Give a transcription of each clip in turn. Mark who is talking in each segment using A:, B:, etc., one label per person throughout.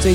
A: 最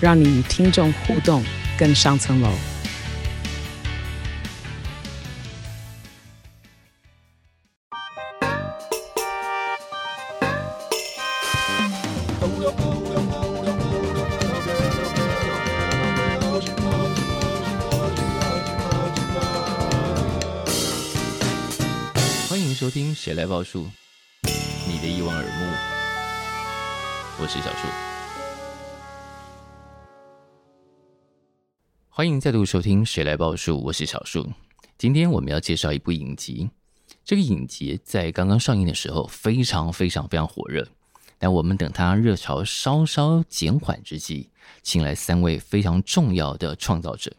A: 让你与听众互动更上层楼。
B: 欢迎收听《谁来报数》，你的一望而目，我是小树。欢迎再度收听《谁来报数》，我是小树。今天我们要介绍一部影集，这个影集在刚刚上映的时候非常非常非常火热。但我们等它热潮稍稍减缓之际，请来三位非常重要的创造者。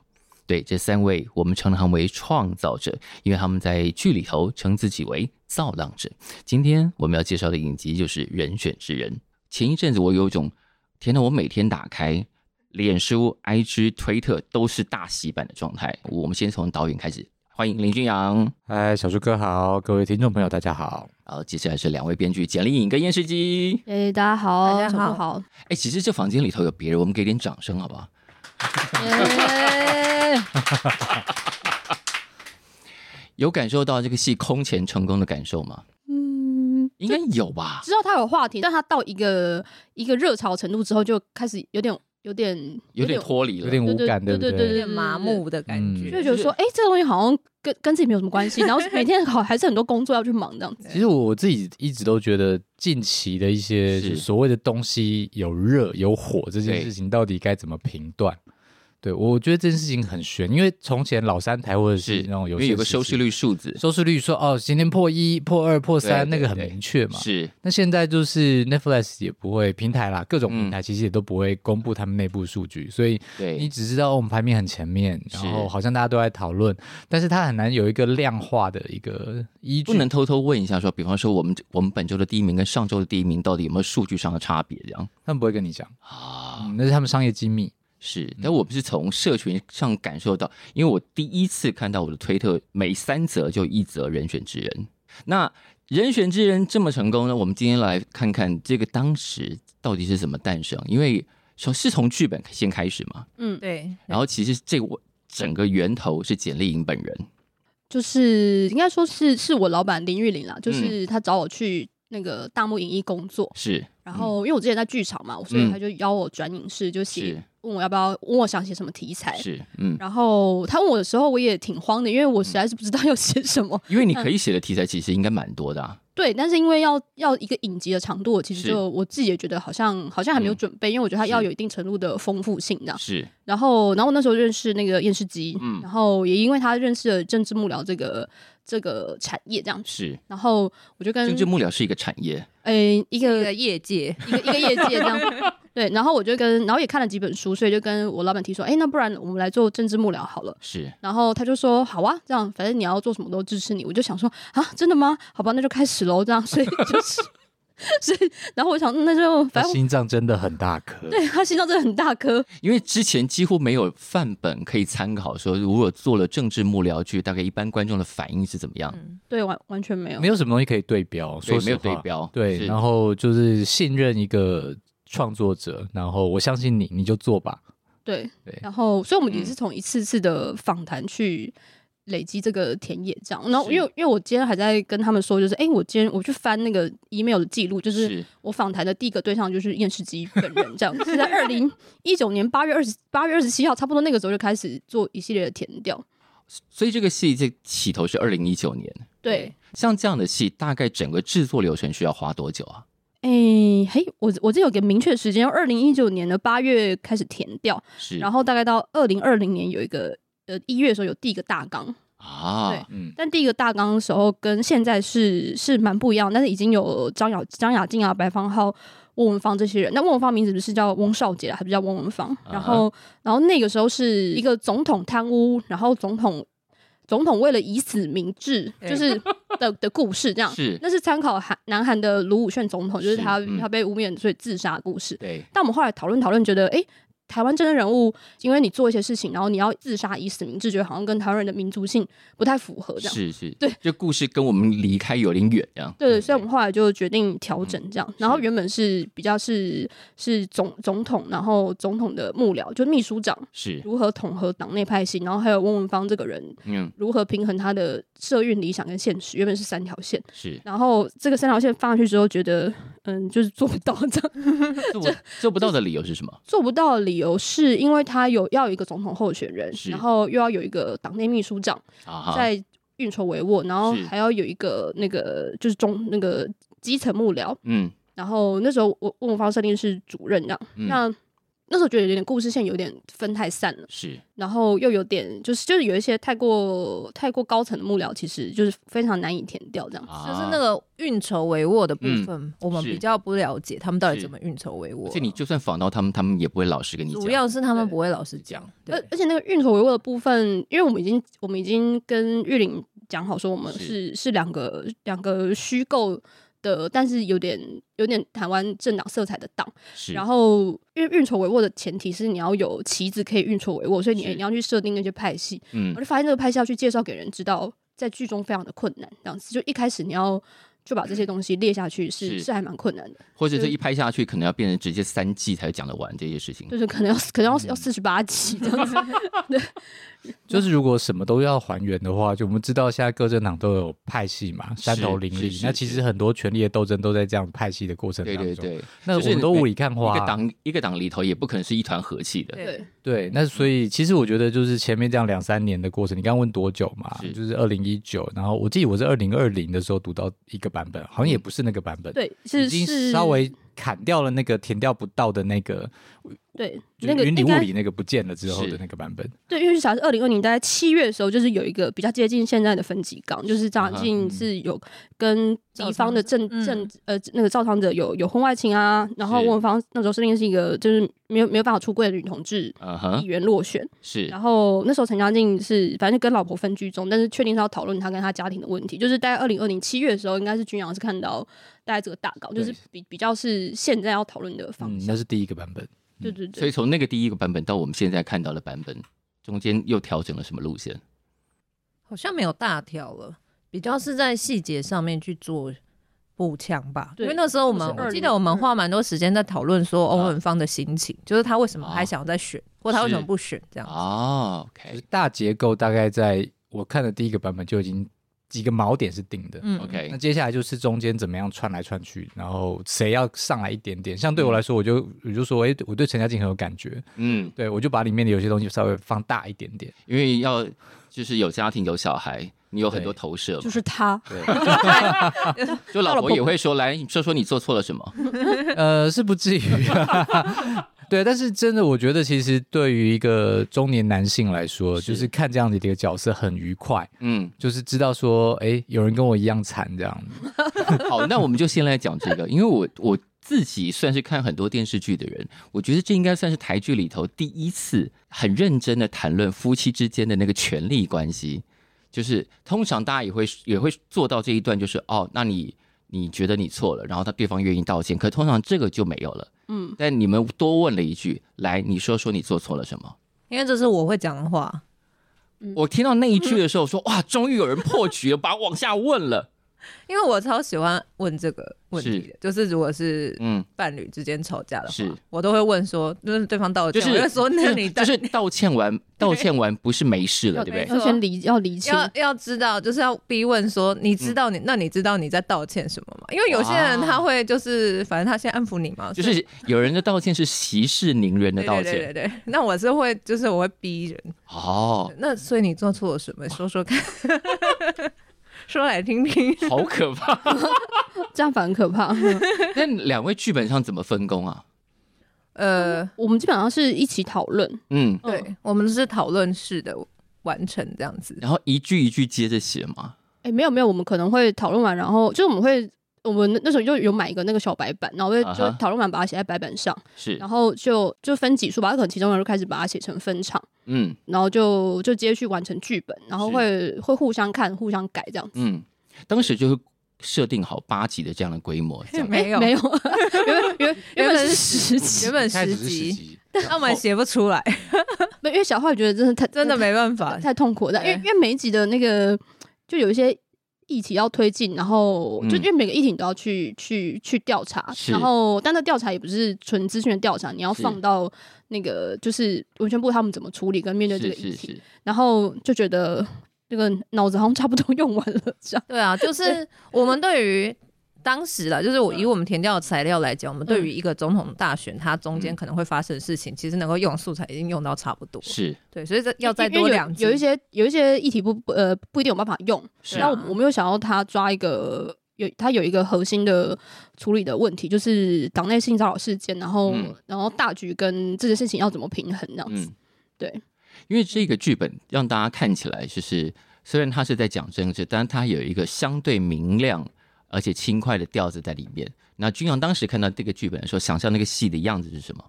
B: 对，这三位我们称他们为创造者，因为他们在剧里头称自己为造浪者。今天我们要介绍的影集就是《人选之人》。前一阵子我有一种，天呐，我每天打开脸书、IG、推特都是大洗版的状态。我们先从导演开始，欢迎林君阳，
C: 嗨，小树哥好，各位听众朋友大家好。
B: 然后接下来是两位编剧简丽颖跟燕世基。
D: 哎、大家好，
E: 大家
D: 小朋友
E: 好
D: 好，
B: 哎，其实这房间里头有别人，我们给点掌声好不好？
D: 耶
B: 有感受到这个戏空前成功的感受吗？
D: 嗯，
B: 应该有吧。
D: 知道他有话题，但他到一个一个热潮程度之后，就开始有点有点
B: 有点脱离了，
C: 有点无感
D: 对
C: 对不
D: 对
C: 对
E: 有
D: 对，
E: 点麻木的感
C: 嗯
D: 对，
E: 觉。
D: 对就觉得说，哎、这个东西好像跟跟自己没有什么关系，然 后每天好还是很多工作要去忙这样子。
C: 其实我自己一直都觉得近期的一些
B: 是
C: 就是所谓的东西有热有火这件事情，到底该怎么评断？对我觉得这件事情很悬，因为从前老三台或者
B: 是
C: 是那种
B: 因
C: 有
B: 为
C: 些
B: 有个
C: 事
B: 收视
C: 情，
B: 率数字
C: 收视率说哦，今天破一、破二、破三，
B: 对
C: 那
B: 对
C: 个很
B: 对
C: 明确嘛。
B: 是
C: 那现在就是 Netflix 也不会平台啦，各种
B: 嗯
C: 平台其实也都不会公布他们内部数据，所以
B: 对
C: 你只知道哦我们排名很前面，
B: 是
C: 然后好像大家都在讨论，但是它很难有一个量化的一个依据。
B: 不能偷偷问一下说，比方说我们我们本周的第一名跟上周的第一名到底有没有数据上的差别？这样
C: 他们不会跟你讲，
B: 啊，
C: 嗯那是他们商业机密。
B: 是，但我们是从社群上感受到，因为我第一次看到我的推特每三则就一则人选之人。那人选之人这么成功呢？我们今天来看看这个当时到底是怎么诞生，因为从是从剧本先开始嘛，
D: 嗯，
E: 对，
B: 然后其实这个我整个源头是简丽颖本人，
D: 就是应该说是是我老板林玉玲啦，就是他找我去那个大幕影艺工作，
B: 是，
D: 然后因为我之前在剧场嘛，所以
B: 嗯
D: 他就邀我转影视，就写
B: 是
D: 问我要不要问我想写什么题材。
B: 是，嗯，
D: 然后他问我的时候，我也挺慌的，因为我实在是不知道要写什么。
B: 因为你可以写的题材其实应该蛮多的、啊，
D: 对，但是因为要要一个影集的长度，我其实
B: 是
D: 就我自己也觉得好像好像还没有
B: 嗯
D: 准备，因为我觉得它
B: 是
D: 要有一定程度的丰富性这样。
B: 是
D: 然后，然后我那时候认识那个验视机，
B: 嗯
D: 然后也因为他认识了政治幕僚这个这个产业这样子，
B: 是，
D: 然后我就跟
B: 政治幕僚是一个产业，
D: 诶、一
E: 这
D: 个
E: 个业界
D: 一个一个业界这样。 对，然后我就跟，然后也看了几本书，所以就跟我老板提说，哎，那不然我们来做政治幕僚好了。
B: 是
D: 然后他就说，好啊，这样反正你要做什么都支持你。我就想说，啊，真的吗？好吧，那就开始喽。这样，所以就是， 所以，然后我想，嗯那就
C: 他
D: 反正我
C: 心脏真的很大颗，
D: 对他心脏真的很大颗，
B: 因为之前几乎没有范本可以参考，说如果做了政治幕僚剧，大概一般观众的反应是怎么样？
D: 对，完完全没有
C: 没。有什么东西可以对标，
B: 所
C: 说
B: 以没
C: 实
B: 有
C: 话
B: 对。标，
C: 对，
B: 是
C: 然后就是信任一个创作者，然后我相信你，你就做吧。
D: 对
C: 对，
D: 然后所以我们
B: 嗯
D: 也是从一次次的访谈去累积这个田野这样。然后
B: 是
D: 因为因为我今天还在跟他们说，就是哎、诶我今天我去翻那个 email 的记录，就是
B: 是
D: 我访谈的第一个对象就是验视机本人这样，是在二零一九年八月二十八月二十七号，差不多那个时候就开始做一系列的填调。
B: 所以这个戏这起头是二零一九年，
D: 对，
B: 像这样的戏，大概整个制作流程需要花多久啊？
D: 哎、嘿，我我这有个明确的时间，二零一九年的八月开始填调，
B: 是，
D: 然
B: 后
D: 后大概到二零二零年有一个呃一月的时候有第一个大纲，
B: 啊
D: 对，
C: 嗯，
D: 但第一个大纲的时候跟现在是是蛮不一样，但是已经有张雅张雅静啊、白方浩、翁文芳这些人。那翁文芳名字不是叫翁少杰啊，还不叫翁文芳。然后然后那个时候是一个总统贪污，然后总统总统为了以死明志，就是的的故事 这样。
B: 是
D: 那是参考韩南韩的卢武铉总统，就是
B: 是
D: 他
B: 嗯
D: 他被污蔑所以自杀的故事。
B: 对，
D: 但我们后来讨论讨论，觉得诶，台湾政治人物，因为你做一些事情，然后你要自杀以死明志，觉得好像跟台湾人的民族性不太符合这样。
B: 是是，
D: 对，
B: 这故事跟我们离开有点远，啊嗯这样。
D: 对，所以我们后来就决定调整这样。然后原本是比较是是总总统，然后总统的幕僚，就秘书长
B: 是，
D: 如何统合党内派系，然后还有翁文芳这个人
B: 嗯，
D: 如何平衡他的社运理想跟现实，原本是三条线。
B: 是
D: 然后这个三条线放上去之后，觉得嗯，就是做不到这样。
B: 做不做不到的理由是什么？
D: 做不到的理由是因为他有要有一个总统候选人，
B: 是
D: 然后又要有一个党内秘书长
B: 啊哈，
D: 在运筹帷幄，然后
B: 是
D: 还要有一个那个就是中那个基层幕僚。
B: 嗯，
D: 然后那时候我问我方设定是主任这样，
B: 嗯
D: 那那时候觉得有点故事线有点分太散了，
B: 是
D: 然后又有点就是就是有一些太过太过高层的幕僚，其实就是非常难以填掉这样。
B: 啊，
E: 就是那个运筹帷幄的部
B: 嗯
E: 分，我们
B: 是
E: 比较不了解他们到底
B: 是
E: 怎么运筹帷幄啊
B: 而且。你就算访到他们，他们也不会老实跟你讲。
E: 主要是他们
D: 对
E: 不会老实讲，
D: 而
E: 对，
D: 而且那个运筹帷幄的部分，因为我们已经我们已经跟玉玲讲好说，我们
B: 是
D: 是是两个两个虚构的，但是有点有点台湾政党色彩的党。
B: 是，
D: 然后，因为运筹帷幄的前提是你要有棋子可以运筹帷幄，所以你
B: 是
D: 你要去设定那些派系。
B: 嗯
D: 我就发现这个拍下去介绍给人知道，在剧中非常的困难。这样子，就一开始你要就把这些东西列下去是，
B: 是
D: 是还蛮困难的，
B: 或者这一拍下去，可能要变成直接三季才讲得完这些事情。
D: 就是可能要可
C: 嗯
D: 能要要四十八集这样子。
C: 就是如果什么都要还原的话，就我们知道现在各政党都有派系嘛，山头林
B: 是
C: 立
B: 是。
C: 那其实很多权力的斗争都在这样派系的过程当
B: 对
C: 中。
B: 对对，
C: 那
B: 就是
C: 我们都
B: 每
C: 雾里看花、啊
B: 一个党一个党里头也不可能是一团和气的。
E: 对
D: 对，
C: 对，那所以其实我觉得就是前面这样两三年的过程，你刚刚问多久嘛？
B: 是
C: 就是二零一九，然后我记得我是二零二零的时候读到一个版本，好像也不是那个版本，，
D: 嗯对，
C: 已
D: 是
C: 经
D: 是
C: 稍微砍掉了那个填掉不到的那个，
D: 对
C: 就
D: 那个
C: 云里
D: 应
C: 雾
D: 该
C: 里那个不见了之后
B: 是
C: 的那个版本。嗯
D: 对，因为小是二零二零大概七月的时候，就是有一个比较接近现在的分级纲，就是
B: 啊
D: 张
B: 嗯
D: 雅静是有跟敌方的政
E: 嗯
D: 政呃那个造访者有有婚外情啊，然后
B: 是
D: 文芳那时候设定是一个就是没有没有办法出柜的女同志。
B: 嗯
D: 议
B: 哼，
D: 员落选，
B: 是
D: 然后那时候陈嘉静是反正跟老婆分居中，但是确定是要讨论她跟她家庭的问题。就是大概二零二零七月的时候，应该是君阳是看到大概这个大纲，就是
C: 对
D: 比比较是现在要讨论的方
C: 嗯，
D: 向。
C: 那是第一个版本。
D: 对对对
B: 所以，从那个第一个版本到我们现在看到的版本，中间又调整了什么路线？
E: 好像没有大条了，比较是在细节上面去做步枪吧。因
D: 对
E: 为那时候我们
D: 就是
E: 我
D: 20
E: 记得我们花蛮多时间在讨论说欧
B: 啊
E: 文芳的心情，就是他为什么还想要再选，或他为什么
B: 是
E: 不选这样子。
B: 哦
C: 就是
D: 哎
B: ，OK
C: 大结构大概在我看的第一个版本就已经几个锚点是定的。
E: 嗯
B: OK，
C: 那接下来就是中间怎么样串来串去，然后谁要上来一点点。像对
D: 嗯
C: 我来说，我就我就说，哎、我对陈嘉静很有感觉，
B: 嗯，
C: 对我就把里面的有些东西稍微放大一点点。
B: 因为要就是有家庭有小孩，你有很多
C: 对
B: 投射嘛，
D: 就是她，
B: 就老婆也会说，来你说说你做错了什么？
C: 呃，是不至于、啊 对，但是真的，我觉得其实对于一个中年男性来说，
B: 是
C: 就是看这样的一个角色很愉快，
B: 嗯，
C: 就是知道说，哎、有人跟我一样惨这样。
B: 好，那我们就先来讲这个，因为我我自己算是看很多电视剧的人，我觉得这应该算是台剧里头第一次很认真的谈论夫妻之间的那个权力关系。就是通常大家也会也会做到这一段，就是哦，那你你觉得你错了，然后他对方愿意道歉，可通常这个就没有了。
D: 嗯，
B: 但你们多问了一句，来，你说说你做错了什么？
E: 因为这是我会讲的话，
B: 我听到那一句的时候说，哇，终于有人破局了，把我往下问了。
E: 因为我超喜欢问这个问题的，就是如果是
B: 嗯，
E: 伴侣之间吵架的
B: 是
E: 话，我都会问说，就是对方道
B: 就
E: 歉，
B: 是
E: 我会说那你
B: 就
E: 道
B: 是道歉 完，道歉完不是没事了，对不
E: 没
B: 对？
E: 错
D: 要先离要离清，
E: 要要知道，就是要逼问说，你知道你、那你知道你在道歉什么吗？因为有些人
B: 哇
E: 他会就是，反正他先安抚你嘛，
B: 就
E: 所以
B: 是有人的道歉是息事宁人的
E: 对
B: 道
E: 对对
B: 歉
E: 对对。那我是会就是我会逼人，
B: 哦，
E: 那所以你做错了什么？说说看， 说来听听。
B: 好可 怕！
D: 这样反而很可怕。
B: 那两位剧本上怎么分工啊？
E: 呃，
D: 我们基本上是一起讨论，
B: 嗯，
E: 对，我们是讨论式的完成
B: 哦
E: 这样子。
B: 然后一句一句接着写嘛。
D: 哎、没有没有，我们可能会讨论完，然后就是我们会我们那那时候就有买一个那个小白板，然后就
B: 啊哈
D: 就讨论完把它写在白板上，
B: 是
D: 然，后就就分几处吧，可能其中人就开始把它写成分场，
B: 嗯
D: 然后就就直接去完成剧本，然后
B: 是
D: 会会互相看、互相改这样子。
B: 嗯，当时就设定好八集的这样的规模，这样
E: 没有
D: 没有， 原本原原本是十
E: 原
D: 集，
E: 本
C: 开
E: 十
C: 始是十
E: 集，
C: 集，
E: 那我们写不出来，
D: 没有因为小话觉得真的太
E: 真的没办法
D: 太。太痛苦了，因为
E: 对
D: 因为每一集的那个就有一些议题要推进，然后就
B: 嗯
D: 因为每个议题你都要去去去调查，
B: 是
D: 然后但那调查也不是纯资讯的调查，你要
B: 是
D: 放到那个就是文宣部他们怎么处理跟面对这
B: 是
D: 个议
B: 是
D: 题，
B: 是，
D: 然后就觉得这个脑子好像差不多 用完了，这样
E: 对啊，就是我们对于当时啦，就是我以我们填掉的材料来讲，我们对于一个总统大选，它中间可能会发生的事情，其实能够用的素材已经用到差不多。
B: 是
E: 对，所以这要再
D: 因
E: 多
D: 为有
E: 两集
D: 有一些有一些议题不不呃不一定有办法用，
B: 是
E: 啊
D: 那我我们又想要他抓一个有他有一个核心的处理的问题，就是党内性骚扰事件，然后、
B: 嗯
D: 然后大局跟这件事情要怎么平衡这样子。
B: 嗯，
D: 对，
B: 因为这个剧本让大家看起来就是，虽然它是在讲政治，但它有一个相对明亮而且轻快的调子在里面。那君阳当时看到这个剧本的时候，想象那个戏的样子是什么？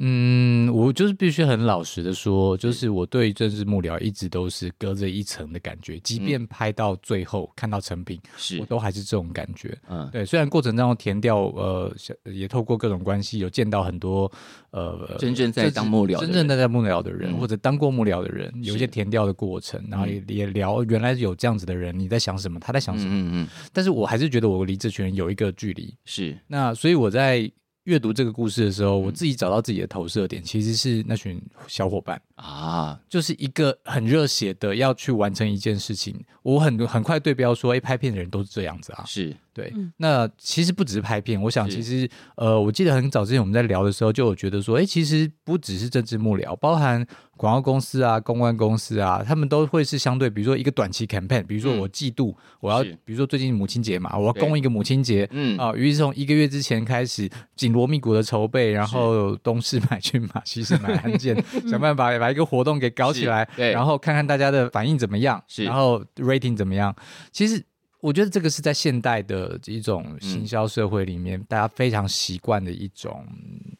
C: 嗯，我就是必须很老实的说，就是我对于政治幕僚一直都是隔着一层的感觉，即便拍到最后看到成品，我
B: 是，
C: 都还是这种感觉。
B: 嗯，
C: 对，虽然过程当中填掉，呃，小也透过各种关系有见到很多，呃，
B: 真正在
C: 政治
B: 当幕僚的
C: 真
B: 人
C: 正在在幕僚的人，
B: 嗯
C: 或者当过幕僚的人，有
B: 是
C: 一些填掉的过程，然后也也聊原来有这样子的人，你在想什么，他在想
B: 嗯
C: 什么，
B: 嗯嗯，
C: 但是我还是觉得我离这群人有一个距离。
B: 是
C: 那所以我在阅读这个故事的时候，我
B: 嗯
C: 自己找到自己的投射点，其实是那群小伙伴。
B: 啊，
C: 就是一个很热血的要去完成一件事情，我很很快对标说，哎、拍片的人都是这样子啊，
B: 是
C: 对，
E: 嗯
C: 那其实不只是拍片，我想
B: 是
C: 其实呃，我记得很早之前我们在聊的时候，就有觉得说，哎、其实不只是政治幕僚，包含广告公司啊、公关公司啊，他们都会是相对，比如说一个短期 campaign，比如说
B: 嗯
C: 我季度、我要，
B: 是
C: 比如说最近母亲节嘛，我要
B: 对
C: 供一个母亲节。
B: 嗯
C: 啊，于是从一个月之前开始紧锣密鼓的筹备，然后东市买骏马，西市买鞍 鞯，想办法把一个活动给搞起来
B: 是，对
C: 然后看看大家的反应怎么样，
B: 是
C: 然后 rating 怎么样。其实我觉得这个是在现代的一种
B: 嗯
C: 行销社会里面，大家非常习惯的一种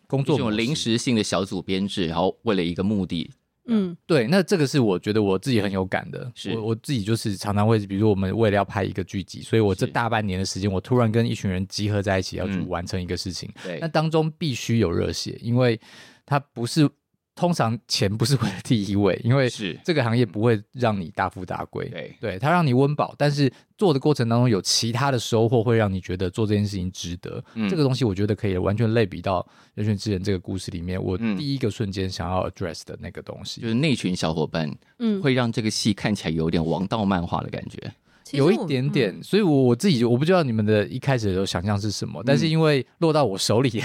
C: 工
B: 这
C: 作模
B: 种
C: 式
B: 临。时性的小组编制，然后为了一个目的，
D: 嗯，
C: 对，那这个是我觉得我自己很有感的。
B: 是
C: 我我自己就是常常会，比如说我们为了要拍一个剧集，所以我这
B: 是
C: 大半年的时间，我突然跟一群人集合在一起，要去
B: 嗯
C: 完成一个事情。
B: 对
C: 那，当中必须有热血，因为它不是通常钱不是为了第一位，因为
B: 是
C: 这个行业不会让你大富大贵，
B: 对，
C: 对它让你温饱，但是做的过程当中有其他的收获，会让你觉得做这件事情值得。
B: 嗯
C: 这个东西我觉得可以完全类比到《人选之人》这个故事里面，我
B: 嗯
C: 第一个瞬间想要 address 的那个东西。
B: 就是那群小伙伴
D: 嗯
B: 会让这个戏看起来有点王道漫画的感觉，
E: 其实
C: 有
E: 我嗯
C: 一点点，所以我我自己就我不知道你们的一开始的想象是什么，但是因为落到我手 里，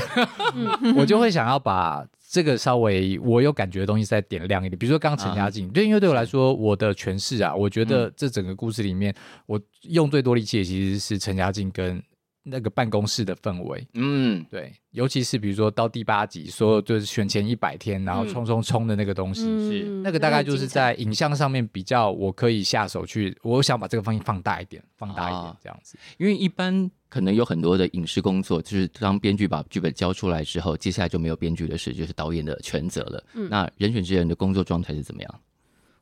C: 我就会想要把这个稍微我有感觉的东西再点亮一点，比如说刚刚陈嘉静，对，因为对我来说，我的诠释啊，我觉得这整个故事里面，我用最多力气的其实是陈嘉静跟那个办公室的氛围。
B: 嗯，
C: 对，尤其是比如说到第八集，所有就是选前一百天，
E: 嗯
C: 然后冲冲冲的那个东西，
B: 是
D: 嗯
C: 那个大概就是在影像上面比较，我可以下手去，我想把这个方向放大一点，放大一点
B: 啊
C: 这样子。
B: 因为一般可能有很多的影视工作，就是当编剧把剧本交出来之后，接下来就没有编剧的事，就是导演的全责了。
D: 嗯
B: 那人选之人的工作状态是怎么样？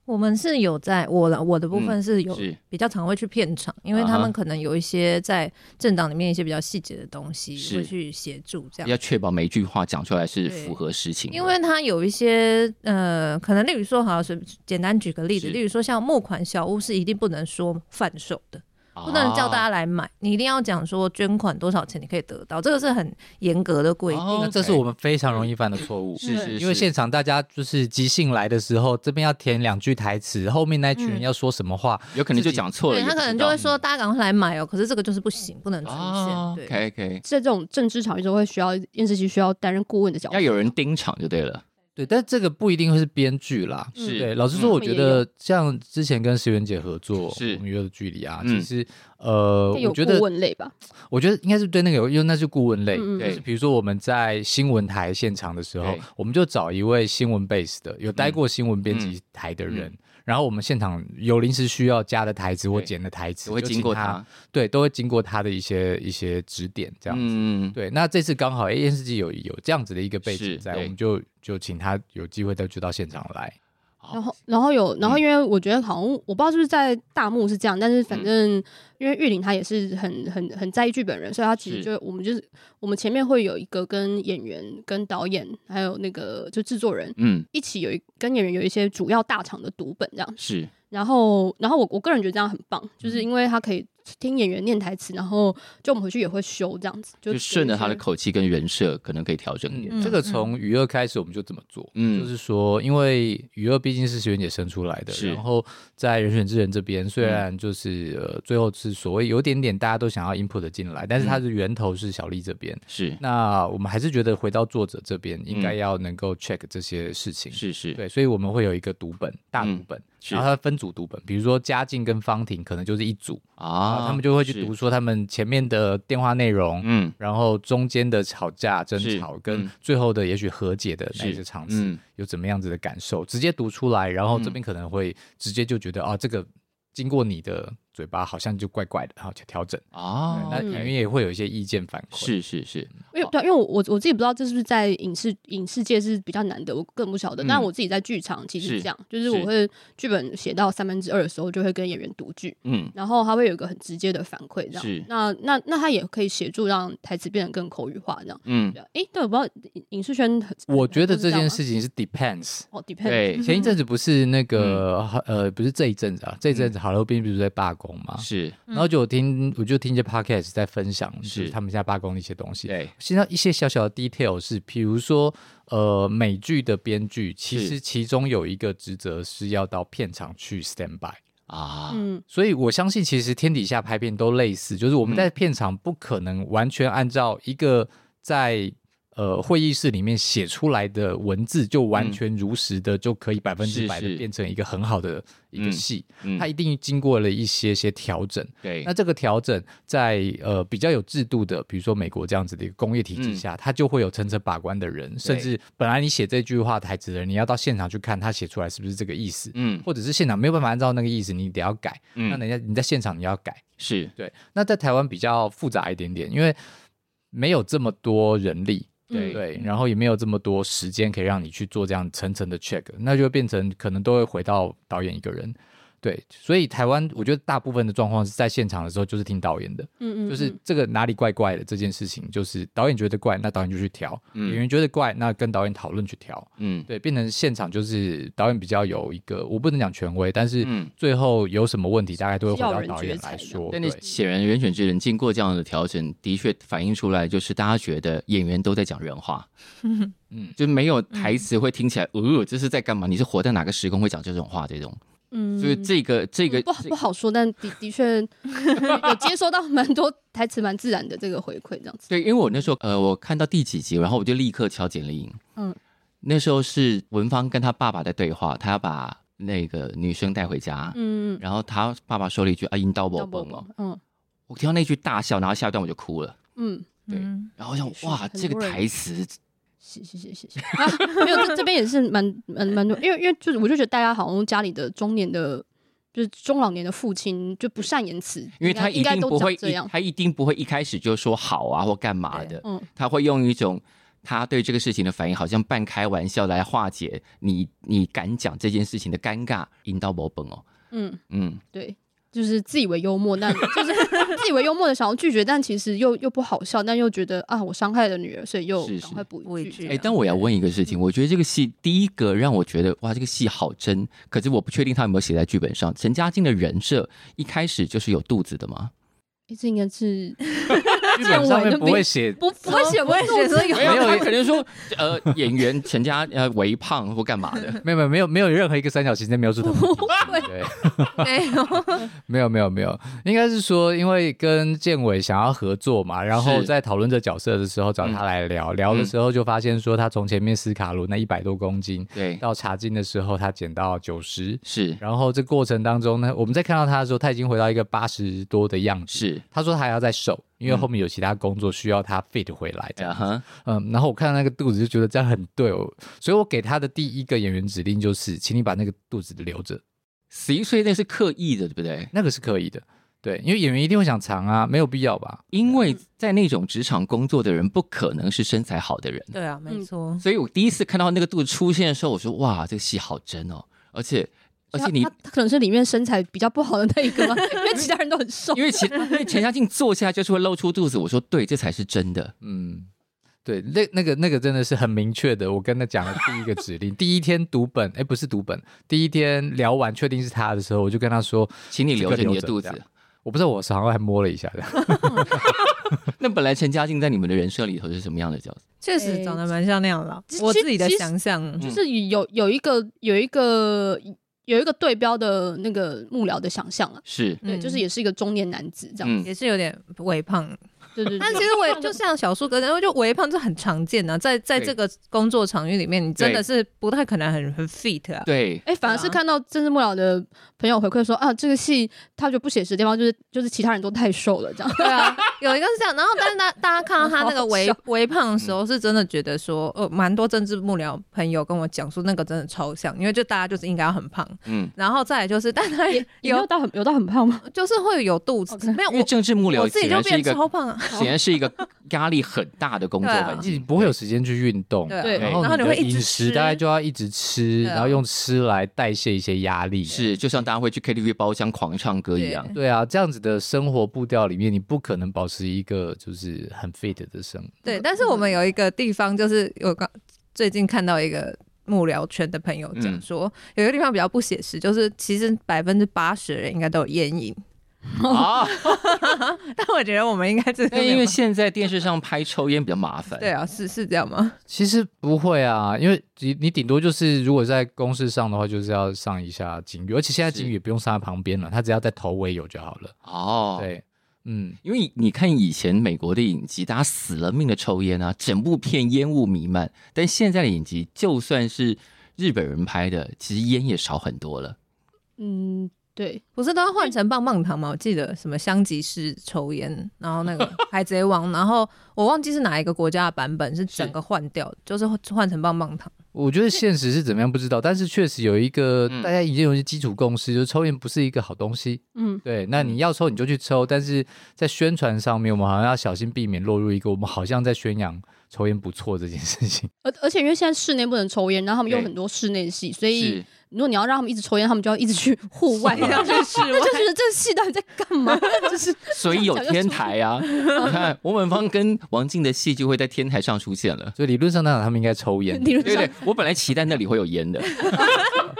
E: 我们是有在我的我的部分是有
B: 嗯是
E: 比较常会去片场，因为
B: 啊哈
E: 他们可能有一些在政党里面一些比较细节的东西
B: 是
E: 会去协助这
B: 要
E: 样。
B: 确保每一句话讲出来是
E: 对
B: 符合实情的，
E: 因为他有一些呃，可能例如说，好，随简单举个例子，
B: 是
E: 例如说像募款小屋是一定不能说贩售的，不能叫大家
B: 啊
E: 来买，你一定要讲说捐款多少钱你可以得到，这个是很严格的规定。
B: 哦
C: 那这是我们非常容易犯的错误。
B: 是是，
C: 因为
B: 是
C: 现场大家就是即兴来的时候，这边要填两句台词，后面那一群人
E: 嗯
C: 要说什么话，
B: 有可能就讲错了，
E: 对他可能就会说大家赶快来买哦，可是这个就是不行，不能出现。
B: 啊
E: 对
B: ，OK OK，
D: 在这种政治场域中会需要燕世奇需要担任顾问的角色
B: 要，有人盯场就对了，
C: 对，但这个不一定会是编剧啦。
B: 是
C: 对，老实说，
B: 嗯
C: 我觉得像之前跟石原姐合作
B: 是
C: 《我们约的距离》啊，
B: 嗯
C: 其实呃，
D: 有
C: 我觉得
D: 顾问类吧？
C: 我觉得应该是对那个有，因为那是顾问类，
D: 嗯嗯
C: 就是
B: 对
C: 比如说我们在新闻台现场的时候
B: 对，嗯
C: 我们就找一位新闻 base 的，有待过新闻编辑台的人，然后我们现场有临时需要加的台词或剪的台词，
B: 我会
C: 就
B: 经过
C: 请
B: 他，，
C: 对，都会经过他的一些一些指点这样子。
B: 嗯，
C: 对，那这次刚好 A N 世纪有有这样子的一个背
B: 是
C: 景在，
B: 对
C: 我们就就请他有机会再就到现场来。
D: 然后，然后有，然
B: 嗯
D: 后因为我觉得好像我不知道是不是在大幕是这样，但是
B: 嗯
D: 反正因为玉玲她也是很很很在意剧本人，所以她其实
B: 是
D: 就我们就是我们前面会有一个跟演员、跟导演还有那个就制作人
B: 嗯，
D: 一起有一跟演员有一些主要大场的读本这样，
B: 是
D: 然后，然后我我个人觉得这样很棒，
B: 嗯
D: 就是因为他可以听演员念台词，然后就我们回去也会修这样子，
B: 就
D: 就
B: 顺着他的
D: 口。
B: 口气跟人设，可能可以调整一点。
C: 嗯，这个从娱乐开始我们就这么做，
B: 嗯
C: 就是说，因为娱乐毕竟是学姐生出来的，
B: 是嗯
C: 然后在人选之人这边，虽然就是、呃最后是所谓有点点大家都想要 input 进来，但是它
B: 嗯
C: 的源头是小丽这边。
B: 是
C: 那我们还是觉得回到作者这边，应该要能够 check 这些事情。
B: 嗯是是
C: 对，所以我们会有一个读本，大读
B: 嗯
C: 本，
B: 是
C: 然后它分组读本，比如说嘉靖跟方婷可能就是一组，然后
B: 啊，
C: 他们就会去
B: 是
C: 读，说他们前面的电话内容，
B: 嗯，
C: 然后中间的吵架、争
B: 是
C: 吵跟
B: 嗯
C: 最后的也许和解的那一些
B: 是
C: 场次
B: 嗯，
C: 有怎么样子的感受，直接读出来，然后这边可能会直接就觉得啊，这个经过你的嘴巴好像就怪怪的，然后就调整。对
B: 啊，
C: 那
D: 嗯
C: 演员也会有一些意见反馈，
B: 是是是，
D: 因为对啊，因为我我我自己不知道这是不是在影视影视界是比较难的，我更不晓得。
B: 嗯
D: 但我自己在剧场其实
B: 是
D: 是这样，就是
B: 是
D: 我会剧本写到三分之二的时候，就会跟演员读剧，
B: 嗯，
D: 然后他会有一个很直接的反馈，这
B: 是
D: 样。那那那他也可以协助让台词变得更口语化，这样。
B: 嗯，
D: 对啊，诶，对，我不知道影影视圈很，
C: 我觉得
D: 很多
C: 这
D: 是样
C: 件
D: 吗
C: 事情是 depends。
D: 哦 ，depend，
B: 对，
C: 前一阵子不是那
B: 嗯
C: 个、呃，不是这一阵子啊，这一阵子好乐 n 不是在罢工吗？
B: 是，
C: 然后就有听，我就听一些 podcast 在分享，就是是他们现在罢工的一些东西。
B: 对，
C: 现在一些小小的 detail 是，比如说，呃，美剧的编剧其
B: 是
C: 实其中有一个职责是要到片场去 stand by，
B: 啊，
D: 嗯，
C: 所以我相信其实天底下拍片都类似，就是我们在片场不可能完全按照一个在呃会议室里面写出来的文字就完全如实的就可以百分之
B: 嗯
C: 百
B: 是
C: 的
B: 是
C: 变成一个很好的一个
B: 嗯
C: 戏，
B: 嗯
C: 它一定经过了一些些调整。
B: 对
C: 那，这个调整在呃比较有制度的，比如说美国这样子的一个工业体
B: 嗯
C: 制下，它就会有层层把关的人，甚至本来你写这句话台词的人，你要到现场去看他写出来是不是这个意思，
B: 嗯
C: 或者是现场没有办法按照那个意思，你得要改。那
B: 嗯，
C: 人家你在现场你要改，
B: 是
C: 对。那在台湾比较复杂一点点，因为没有这么多人力，
B: 对
C: 对，然后也没有这么多时间可以让你去做这样层层的 check，那就会变成可能都会回到导演一个人。对，所以台湾我觉得大部分的状况是在现场的时候就是听导演的，
D: 嗯嗯，
C: 就是这个哪里怪怪的这件事情，就是导演觉得怪，那导演就去调；
B: 嗯
C: 演员觉得怪，那跟导演讨论去调。
B: 嗯
C: 对，变成现场就是导演比较有一个，我不能讲权威，但是
B: 嗯
C: 最后有什么问题，大概都会回
D: 是要
C: 到
D: 人
C: 导演
D: 决
C: 来
D: 裁的
C: 说。
B: 但是
C: 对
B: 显然，人选之人经过这样的调整，的确反映出来，就是大家觉得演员都在讲人话，嗯，就没有台词会听起来，呃，这是在干嘛？你是活在哪个时空会讲这种话？这种，
D: 嗯，
B: 所以这个这个
D: 嗯不好不好说，但的的确 有接收到蛮多台词蛮自然的这个回馈，这样子。
B: 对，因为我那时候呃，我看到第几集，然后我就立刻敲简历营。
D: 嗯，
B: 那时候是文芳跟她爸爸在对话，她要把那个女生带回家，
D: 嗯，
B: 然后她爸爸说了一句“啊，阴道宝
D: 宝
B: 崩哦
D: 嗯”，
B: 我听到那句大笑，然后下一段我就哭了。
D: 嗯，
B: 对
E: 嗯
B: 然后我想
D: 也，是
B: 哇，
D: 很
B: 这个
D: 多人
B: 台词，
D: 谢谢谢谢谢谢。啊 没有，这这边也是蛮蛮蛮多，因为因为就是我就觉得大家好像家里的中年的，就是中老年的父亲就不善言辞，
B: 因为
D: 应该
B: 他
D: 应
B: 一
D: 该
B: 定
D: 都
B: 不
D: 长
B: 会
D: 这
B: 一，
D: 样。
B: 他一定不会一开始就说好啊或干嘛的，
D: 嗯，
B: 他会用一种他对这个事情的反应，好像半开玩笑来化解你你敢讲这件事情的尴尬，阴道宝崩哦，
D: 嗯，
B: 嗯，
D: 对。就是自以为幽默，但就是 自以为幽默的想要拒绝，但其实又又不好笑，但又觉得啊，我伤害了女儿，所以又
B: 是是
D: 赶快补
E: 补
D: 一
E: 一
D: 句
E: 句
D: 这
B: 哎、
D: 样。
B: 但我要问一个事情，我觉得这个戏第一个让我觉得哇，这个戏好真，可是我不确定他有没有写在剧本上。陈嘉静的人设一开始就是有肚子的 吗？
D: 哎这应该是
C: 剧本上面不会写，
D: 不不会写，
E: 不会写这个
B: 没有，他可能说呃，演员陈嘉呃微胖或干嘛 的。
C: 没有没有没有没有任何一个三角形在描述他们的故事。对，没
E: 没有，
C: 有没有没有，应该是说因为跟建伟想要合作嘛，然后
B: 是嗯
C: 在讨论这角色的时候找他来聊，聊的时候就发现说他从前面斯卡罗那一百多公斤
B: 对，
C: 到查金的时候，他减到九十。
B: 是
C: 然后这过程当中呢，我们在看到他的时候，他已经回到一个八十多的样子。
B: 是，
C: 他说他还要再瘦，因为后面有其他工作需要他 fit 回来这
B: 嗯啊
C: 样。
B: 哈，
C: 嗯，然后我看到那个肚子就觉得这样很对哦，所以我给他的第一个演员指令就是，请你把那个肚子留着。
B: 死一岁那是刻意的，对不对？
C: 那个是可以的。对，因为演员一定会想藏啊，没有必要吧？
B: 因为在那种职场工作的人，不可能是身材好的人。
E: 对啊，没
D: 嗯
E: 错。
B: 所以我第一次看到那个肚子出现的时候，我说：“哇，这个戏好真哦！”而且，而且你
D: 他他他可能是里面身材比较不好的那一个嘛， 因为其他人都很 瘦
B: 因。为前因为陈嘉静坐下就是会露出肚子，我说对，这才是真的。
C: 嗯，对，那那个那个真的是很明确的，我跟他讲了第一个指令。 第一天读本，哎、不是读本，第一天聊完确定是他的时候，我就跟他说，
B: 请你留着你的
C: 这个留着
B: 肚
C: 这
B: 子
C: 样。我不知道我手上还摸了一下 的，
B: 那本来陈嘉静在你们的人设里头是什么样的角色？
E: 确实
D: 诶
E: 长得蛮像那样的啊
D: 其，实
E: 我自己的
D: 其实
E: 想象，
B: 嗯
D: 就是有有一个有一个有一个对标的那个幕僚的想象啊，
B: 是，
D: 对，
E: 嗯
D: 就是也是一个中年男子这样，
B: 嗯，
E: 也是有点微胖。
D: 对对对。
E: 但其 实微就像小树哥，然后就微胖这很常见啊，在在
B: 对
E: 这个工作场域里面，你真
B: 对
E: 的是不太可能很很 fit 啊。
B: 对，
D: 哎、反而是
E: 对啊
D: 看到政治幕僚的朋友回馈说啊，这个戏他觉得不写实的地方就是就是其他人都太瘦了这样。
E: 对啊，有一个是这样，然后但是大大家看到他那个微
D: 好
E: 微胖的时候，是真的觉得说，呃，蛮多政治幕僚朋友跟我讲说，那个真的超像，因为就大家就是应该要很胖，
B: 嗯，
E: 然后再来就是，哦但他 也
D: 有没有
E: 有
D: 到很有到很胖吗？
E: 就是会有肚子，
D: OK
E: 没有
B: 因为
E: 我
B: 政治幕僚
E: 我自己
B: 显
E: 就
B: 然是
E: 变
B: 一个
E: 超胖啊，
B: 显然是一个压力很大的工作
E: 对啊
B: 环
C: 你
B: 境，
C: 不会有时间去运动，
E: 对啊
D: 对
C: 然
E: 然后
C: 你
E: 你会
C: 的
E: 一直
C: 饮食
E: 吃
C: 大概就要一直吃，
E: 对啊
C: 然后用吃来代谢一些压力。
B: 是就像大家会去 KTV 包厢狂唱歌一样。
E: 对
C: 对啊，这样子的生活步调里面，你不可能保持一个就是很 fit 的生活。
E: 对，但
B: 嗯
E: 是我们有一个地方，就是我刚最近看到一个幕僚圈的朋友
B: 嗯
E: 讲说，有一个地方比较不写实，就是其实百分之八十人应该都有烟瘾，
B: 啊，
E: 但我觉得我们应该真的
B: 那
E: 没有
B: 哎 因为现在电视上拍抽烟比较麻烦，
E: 对啊，是是这样吗？
C: 其实不会啊，因为你你顶多就是如果在公事上的话，就是要上一下警语，而且现在
B: 是
C: 警语也不用上在旁边了，它只要在头尾有就好了。
B: 哦，，
C: 对，嗯，
B: 因为你看以前美国的影集，大家死了命的抽烟啊，整部片烟雾弥漫。但现在的影集，就算是日本人拍的，其实烟也少很多了。
D: 嗯，对，
E: 不是都要换成棒棒糖吗？我记得什么香吉士抽烟，然后那个海贼王，然后我忘记是哪一个国家的版本是整个换掉，就是换成棒棒糖。
C: 我觉得现实是怎么样不知道，但是确实有一个
B: 嗯
C: 大家已经有一些基础共识，就是抽烟不是一个好东西。
D: 嗯，
C: 对，那你要抽你就去抽，但是在宣传上面，我们好像要小心避免落入一个我们好像在宣扬抽烟不错这件事情。
D: 而而且因为现在室内不能抽烟，然后他们有
B: 对
D: 很多室内戏，所以
B: 是，
D: 如果你要让他们一直抽烟，他们就要一直去户外，这样
E: 就是
D: 那就觉得这戏到底在干嘛？ 就是
B: 所以有天台啊。你看翁文芳跟王静的戏就会在天台上出现了。
C: 所以理论上，当然他们应该抽烟。
D: 理论
B: 对
D: 上
B: 对，我本来期待那里会有烟的，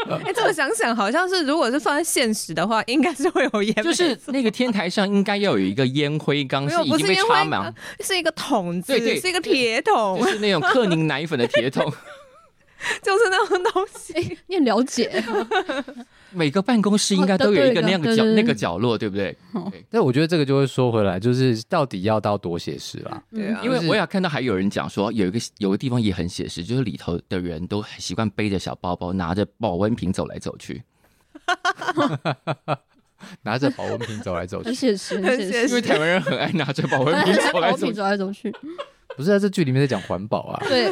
E: 哎、这个想想好像是，如果是放在现实的话，应该是会有烟，
B: 就是那个天台上应该要有一个烟灰缸，
E: 没
B: 是
E: 有
B: 已
E: 不
B: 经
E: 是
B: 被
E: 烟
B: 插
E: 灰
B: 满
E: 缸，是一个桶子，
B: 对对
E: 是一个铁桶
B: 就，是那种克宁奶粉的铁桶。
E: 就是那种东西。
D: 哎、你很了解，
B: 每个办公室应该都有一个那样的角
D: 哦对对对
B: 那个角落，对不对？
C: 但我觉得这个就会说回来，就是到底要到多写实啦。
E: 对啊，
B: 因
D: 嗯
B: 为我也看到还有人讲说，有一个有个地方也很写实，就是里头的人都很习惯背着小包包，拿着保温瓶走来走去，
C: 拿着保温瓶走来走
D: 很
C: 去。
D: 写实，很
E: 很
D: 写
E: 写
D: 实。
B: 因为台湾人很爱拿 着保温瓶走来
D: 保
B: 走
D: 品
B: 去。
D: 走来走去，
C: 不是啊，这剧里面在讲环保啊。
D: 对，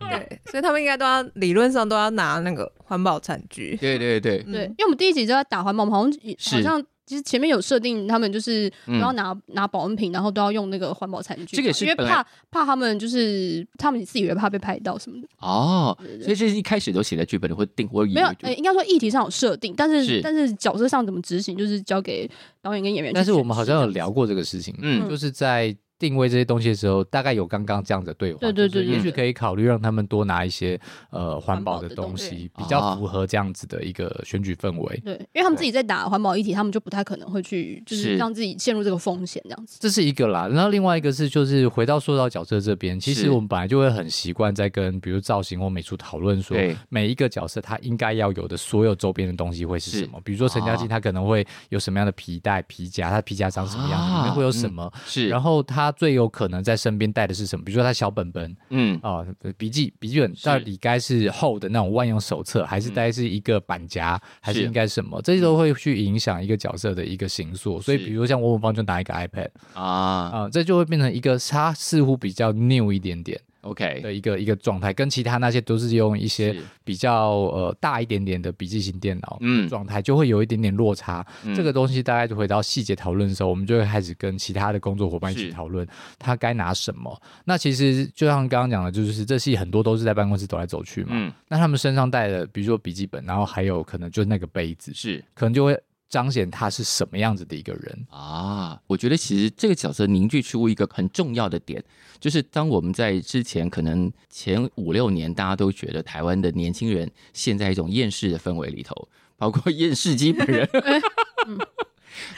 E: 对，所以他们应该都要理论上都要拿那个环保餐具。
B: 对对对，
D: 对，
E: 嗯
D: 因为我们第一集就在打环保，我们好像也
B: 是
D: 好像其实前面有设定，他们就是都
B: 嗯
D: 要拿、拿保温瓶，然后都要用那个环保餐具，
B: 这个是
D: 因为
B: 本来
D: 怕怕他们就是他们自己也怕被拍到什么的，
B: 哦，所以这是一开始都写在剧本里，或定或以
D: 没有
B: 为，主
D: 呃，应该说议题上有设定，但是
B: 是
D: 但是角色上怎么执行，就是交给导演跟演 员去
C: 但
D: 诠释这样子。
C: 是我们好像有聊过这个事情，
B: 嗯
C: 就是在定位这些东西的时候，大概有刚刚这样的对话，
D: 对对
C: 就是
D: 对对
C: 也许可以考虑让他们多拿一些呃环保的
D: 环保的东
C: 东
D: 西
C: 西，
B: 对
C: 比较
B: 哦
C: 符合这样子的一个选举氛围。
D: 对，因为他们自己在打环保议题，他们就不太可能会去，就是是让自己陷入这个风险这样子。
C: 这是一个啦，然后另外一个是，就是回到塑造角色这边，其
B: 是
C: 实我们本来就会很习惯在跟比如造型或美术讨论说
B: 对，
C: 每一个角色他应该要有的所有周边的东西会是
B: 是
C: 什么，比如说陈嘉
B: 哦
C: 欣他可能会有什么样的皮带、皮夹，他皮夹长什么样子，里
B: 啊
C: 面会有什么，
B: 是，
C: 然后他最有可能在身边带的是什么，比如说他小本本
B: 嗯
C: 啊、笔记笔记本
B: 是嗯
C: 到底该是厚的那种万用手册，还是该是一个板夹，还是
B: 是嗯
C: 应该什么，这些都会去影响一个角色的一个形塑，所以
B: 是
C: 比如说像我文芳就拿一个 iPad。
B: 啊，
C: 啊、这就会变成一个它似乎比较 new 一点点，
B: ，OK，
C: 的一个一个状态，跟其他那些都是用一些
B: 是
C: 比较呃大一点点的笔记型电脑
B: 嗯，
C: 状态，就会有一点点落差。
B: 嗯
C: 这个东西大概就回到细节讨论的时候，我们就会开始跟其他的工作伙伴一起
B: 是
C: 讨论他该拿什么。那其实就像刚刚讲的，就是这戏很多都是在办公室走来走去嘛，
B: 嗯
C: 那他们身上带的，比如说笔记本，然后还有可能就是那个杯子，
B: 是
C: 可能就会彰显他是什么样子的一个人。
B: 啊，我觉得其实这个角色凝聚出一个很重要的点，就是当我们在之前可能前五六年，大家都觉得台湾的年轻人陷在一种厌世的氛围里头，包括厌世基本人，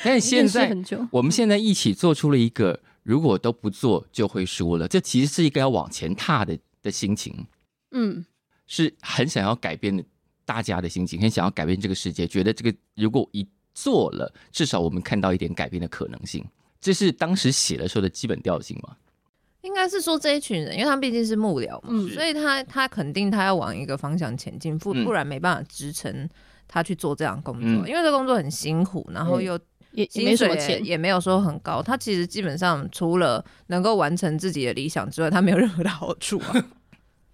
B: 但现
D: 认识
B: 在
D: 很久，
B: 我们现在一起做出了一个，如果都不做就会输了，这其实是一个要往前踏的的心情，
D: 嗯，
B: 是很想要改变大家的心情，很想要改变这个世界，觉得这个如果一做了，至少我们看到一点改变的可能性，这是当时写的时候的基本调性嘛？
E: 应该是说这一群人，因为他毕竟是幕僚嘛，
D: 嗯
E: 所以他他肯定他要往一个方向前进，不
B: 嗯
E: 不然没办法支撑他去做这样的工作，
B: 嗯
E: 因为这工作很辛苦，然后又
D: 也嗯也
E: 薪
D: 没什
E: 水
D: 么
E: 也
D: 钱，
E: 也没有说很高。他其实基本上除了能够完成自己的理想之外，他没有任何的好处 啊。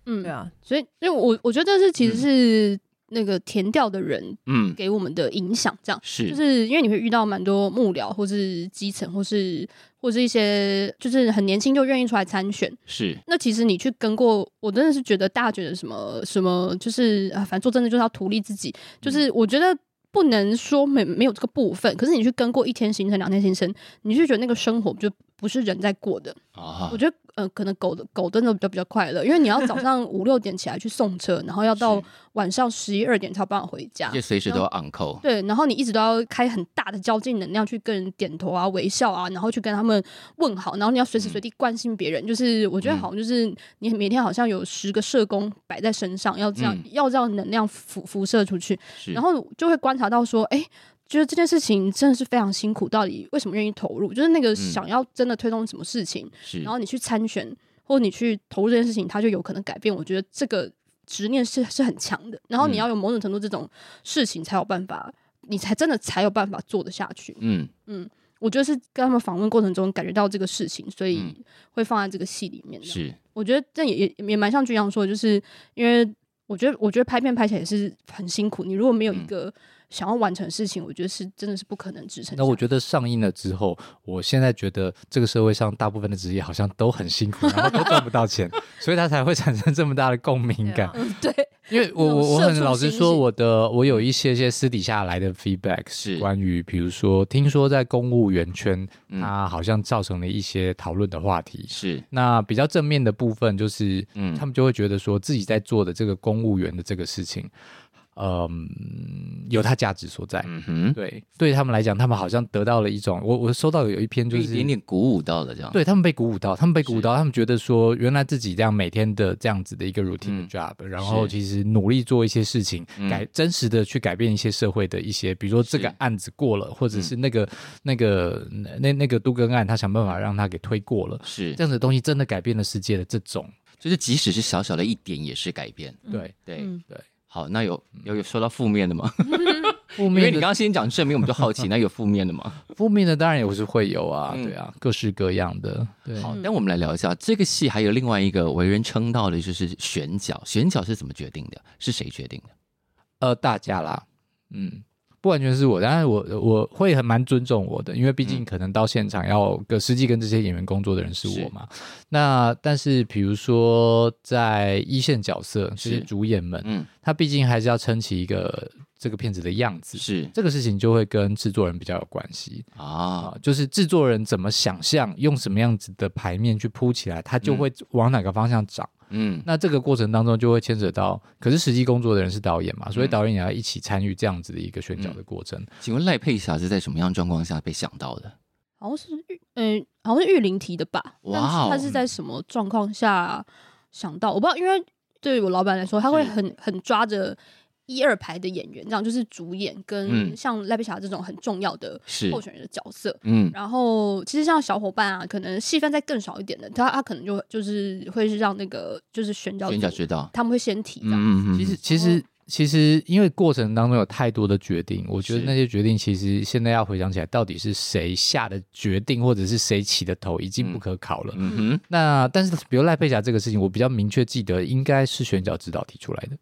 D: 嗯
E: 对，啊，
D: 所以因为我我觉得这是其实是那个填调的人
B: 嗯，
D: 给我们的影响，这样。
B: 是，
D: 就是因为你会遇到蛮多幕僚，或是基层，或是或是一些就是很年轻就愿意出来参选。
B: 是
D: 那其实你去跟过，我真的是觉得大家觉得什么什么，就是啊，反正做真的就是要图利自己，就是我觉得。不能说没没有这个部分，可是你去跟过一天行程、两天行程，你就觉得那个生活就不是人在过的。
B: 啊
D: 我，觉得呃，可能狗的狗真的比较比较快乐，因为你要早上五六点起来去送车，然后要到
B: 是
D: 晚上十一二点才有办法回家
B: 就。随时都要 on call，
D: 对，然后你一直都要开很大的交际能量去跟人点头啊、微笑啊，然后去跟他们问好，然后你要随时随地关心别人。就是我觉得
B: 嗯
D: 好像就是你每天好像有十个社工摆在身上，要这样、
B: 嗯
D: 要这样能量辐辐射出去，
B: 是，
D: 然后就会观察到说，哎、觉得这件事情真的是非常辛苦，到底为什么愿意投入？就是
B: 嗯
D: 那个想要真的推动什么事情，
B: 是，
D: 然后你去参选或你去投入这件事情，它就有可能改变。我觉得这个执念是是很强的，然后
B: 嗯
D: 你要有某种程度这种事情才有办法，你才真的才有办法做得下去。
B: 嗯，
D: 我觉得是跟他们访问过程中感觉到这个事情，所以
B: 嗯
D: 会放在这个戏里面。
B: 是，
D: 我觉得这也也也蛮像军阳说的，就是因为我觉得我觉得拍片拍起来也是很辛苦，你如果没有一
B: 嗯
D: 个想要完成的事情，我觉得是真的是不可能支撑下去。
C: 那我觉得上映了之后，我现在觉得这个社会上大部分的职业好像都很辛苦，然后都赚不到钱， 所以他才会产生这么大的共鸣感。
E: 对，
C: 因为我
D: 那种
C: 我我
D: 啊嗯社
C: 很
D: 畜
C: 老实
D: 心
C: 说，
D: 情嗯
C: 我的我有一些些私底下来的 feedback
B: 是
C: 关于，比如说听说在公务员圈，
B: 嗯
C: 它好像造成了一些讨论的话题。
B: 是，
C: 那比较正面的部分就是，
B: 嗯
C: 他们就会觉得说自己在做的这个公务员的这个事情，嗯，有它价值所在。
B: 嗯哼，
C: 对，对他们来讲，他们好像得到了一种，我我收到有一篇就
B: 就是一点点鼓舞到了这样，，
C: 对他们被鼓舞到，他们被鼓舞到，他们觉得说，原来自己这样每天的这样子的一个 routine
B: 嗯
C: 的 job，、然后其实努力做一些事情，
B: 嗯
C: 改真实的去改变一些社会的一些，比如说这个
B: 是嗯
C: 案子过了，或者是那个、那个那那个杜根案，他想办法让他给推过了，
B: 是
C: 这，样子的东西真的改变了世界的这种，
B: 就是即使是小小的一点也是改变，
C: 对，
B: 对，
D: 嗯
B: 好，那有有有说到负面的吗？因
C: 负
B: 为
C: 面
B: 你刚
C: 的
B: 刚先讲正面，我们就 好奇，那有负面的吗？
C: 负面的当然也是会有啊，
B: 嗯
C: 对啊，各式各样的，对，
B: 好，
D: 嗯
B: 那我们来聊一下这个戏，还有另外一个为人称道的就是选角，选角是怎么决定的？是谁决定的？
C: 呃，大家啦，嗯，不完全是我，但是我我会很蛮尊重我的，因为毕竟
B: 嗯
C: 可能到现场要个实际跟这些演员工作的人是我嘛。那但是比如说在一线角色，这些
B: 是
C: 主演们，
B: 嗯，
C: 他毕竟还是要撑起一个这个片子的样子，
B: 是
C: 这个事情就会跟制作人比较有关系。
B: 啊
C: 啊，，就是制作人怎么想象，用什么样子的牌面去铺起来，他就
B: 嗯
C: 会往哪个方向长。
B: 嗯，
C: 那这个过程当中就会牵扯到，可是实际工作的人是导演嘛，
B: 嗯
C: 所以导演也要一起参与这样子的一个选角的过程。
B: 请问赖佩霞是在什么样的状况下被想到的？
D: 好像是玉，嗯、好像是玉林提的吧？
B: 哇哦
D: 但是他是在什么状况下想到？我不知道，因为对于我老板来说，他会
B: 是
D: 很很抓着一二排的演员，这样就是主演跟
B: 嗯
D: 像赖碧霞这种很重要的
B: 是
D: 候选人的角色。
B: 嗯，
D: 然后，其实像小伙伴啊，可能戏份再更少一点的，他他可能就就是会是让那个就是选角
B: 选角
D: 组
B: 知道，
D: 他们会先提这样。
B: 嗯嗯嗯，
C: 其实其实其实因为过程当中有太多的决定，我觉得
B: 是
C: 那些决定其实现在要回想起来，到底是谁下的决定，或者是谁起的头，已经不可考了。
B: 嗯哼，
C: 那但是比如赖佩霞这个事情，我比较明确记得应该是选角指导提出来的。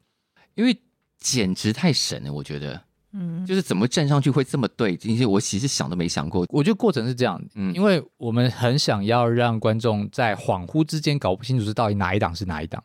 B: 因为简直太神了，我觉得
E: 嗯，
B: 就是怎么站上去会这么对，这些我其实想都没想过。
C: 我觉得过程是这样，
B: 嗯
C: 因为我们很想要让观众在恍惚之间搞不清楚是到底哪一档是哪 一档，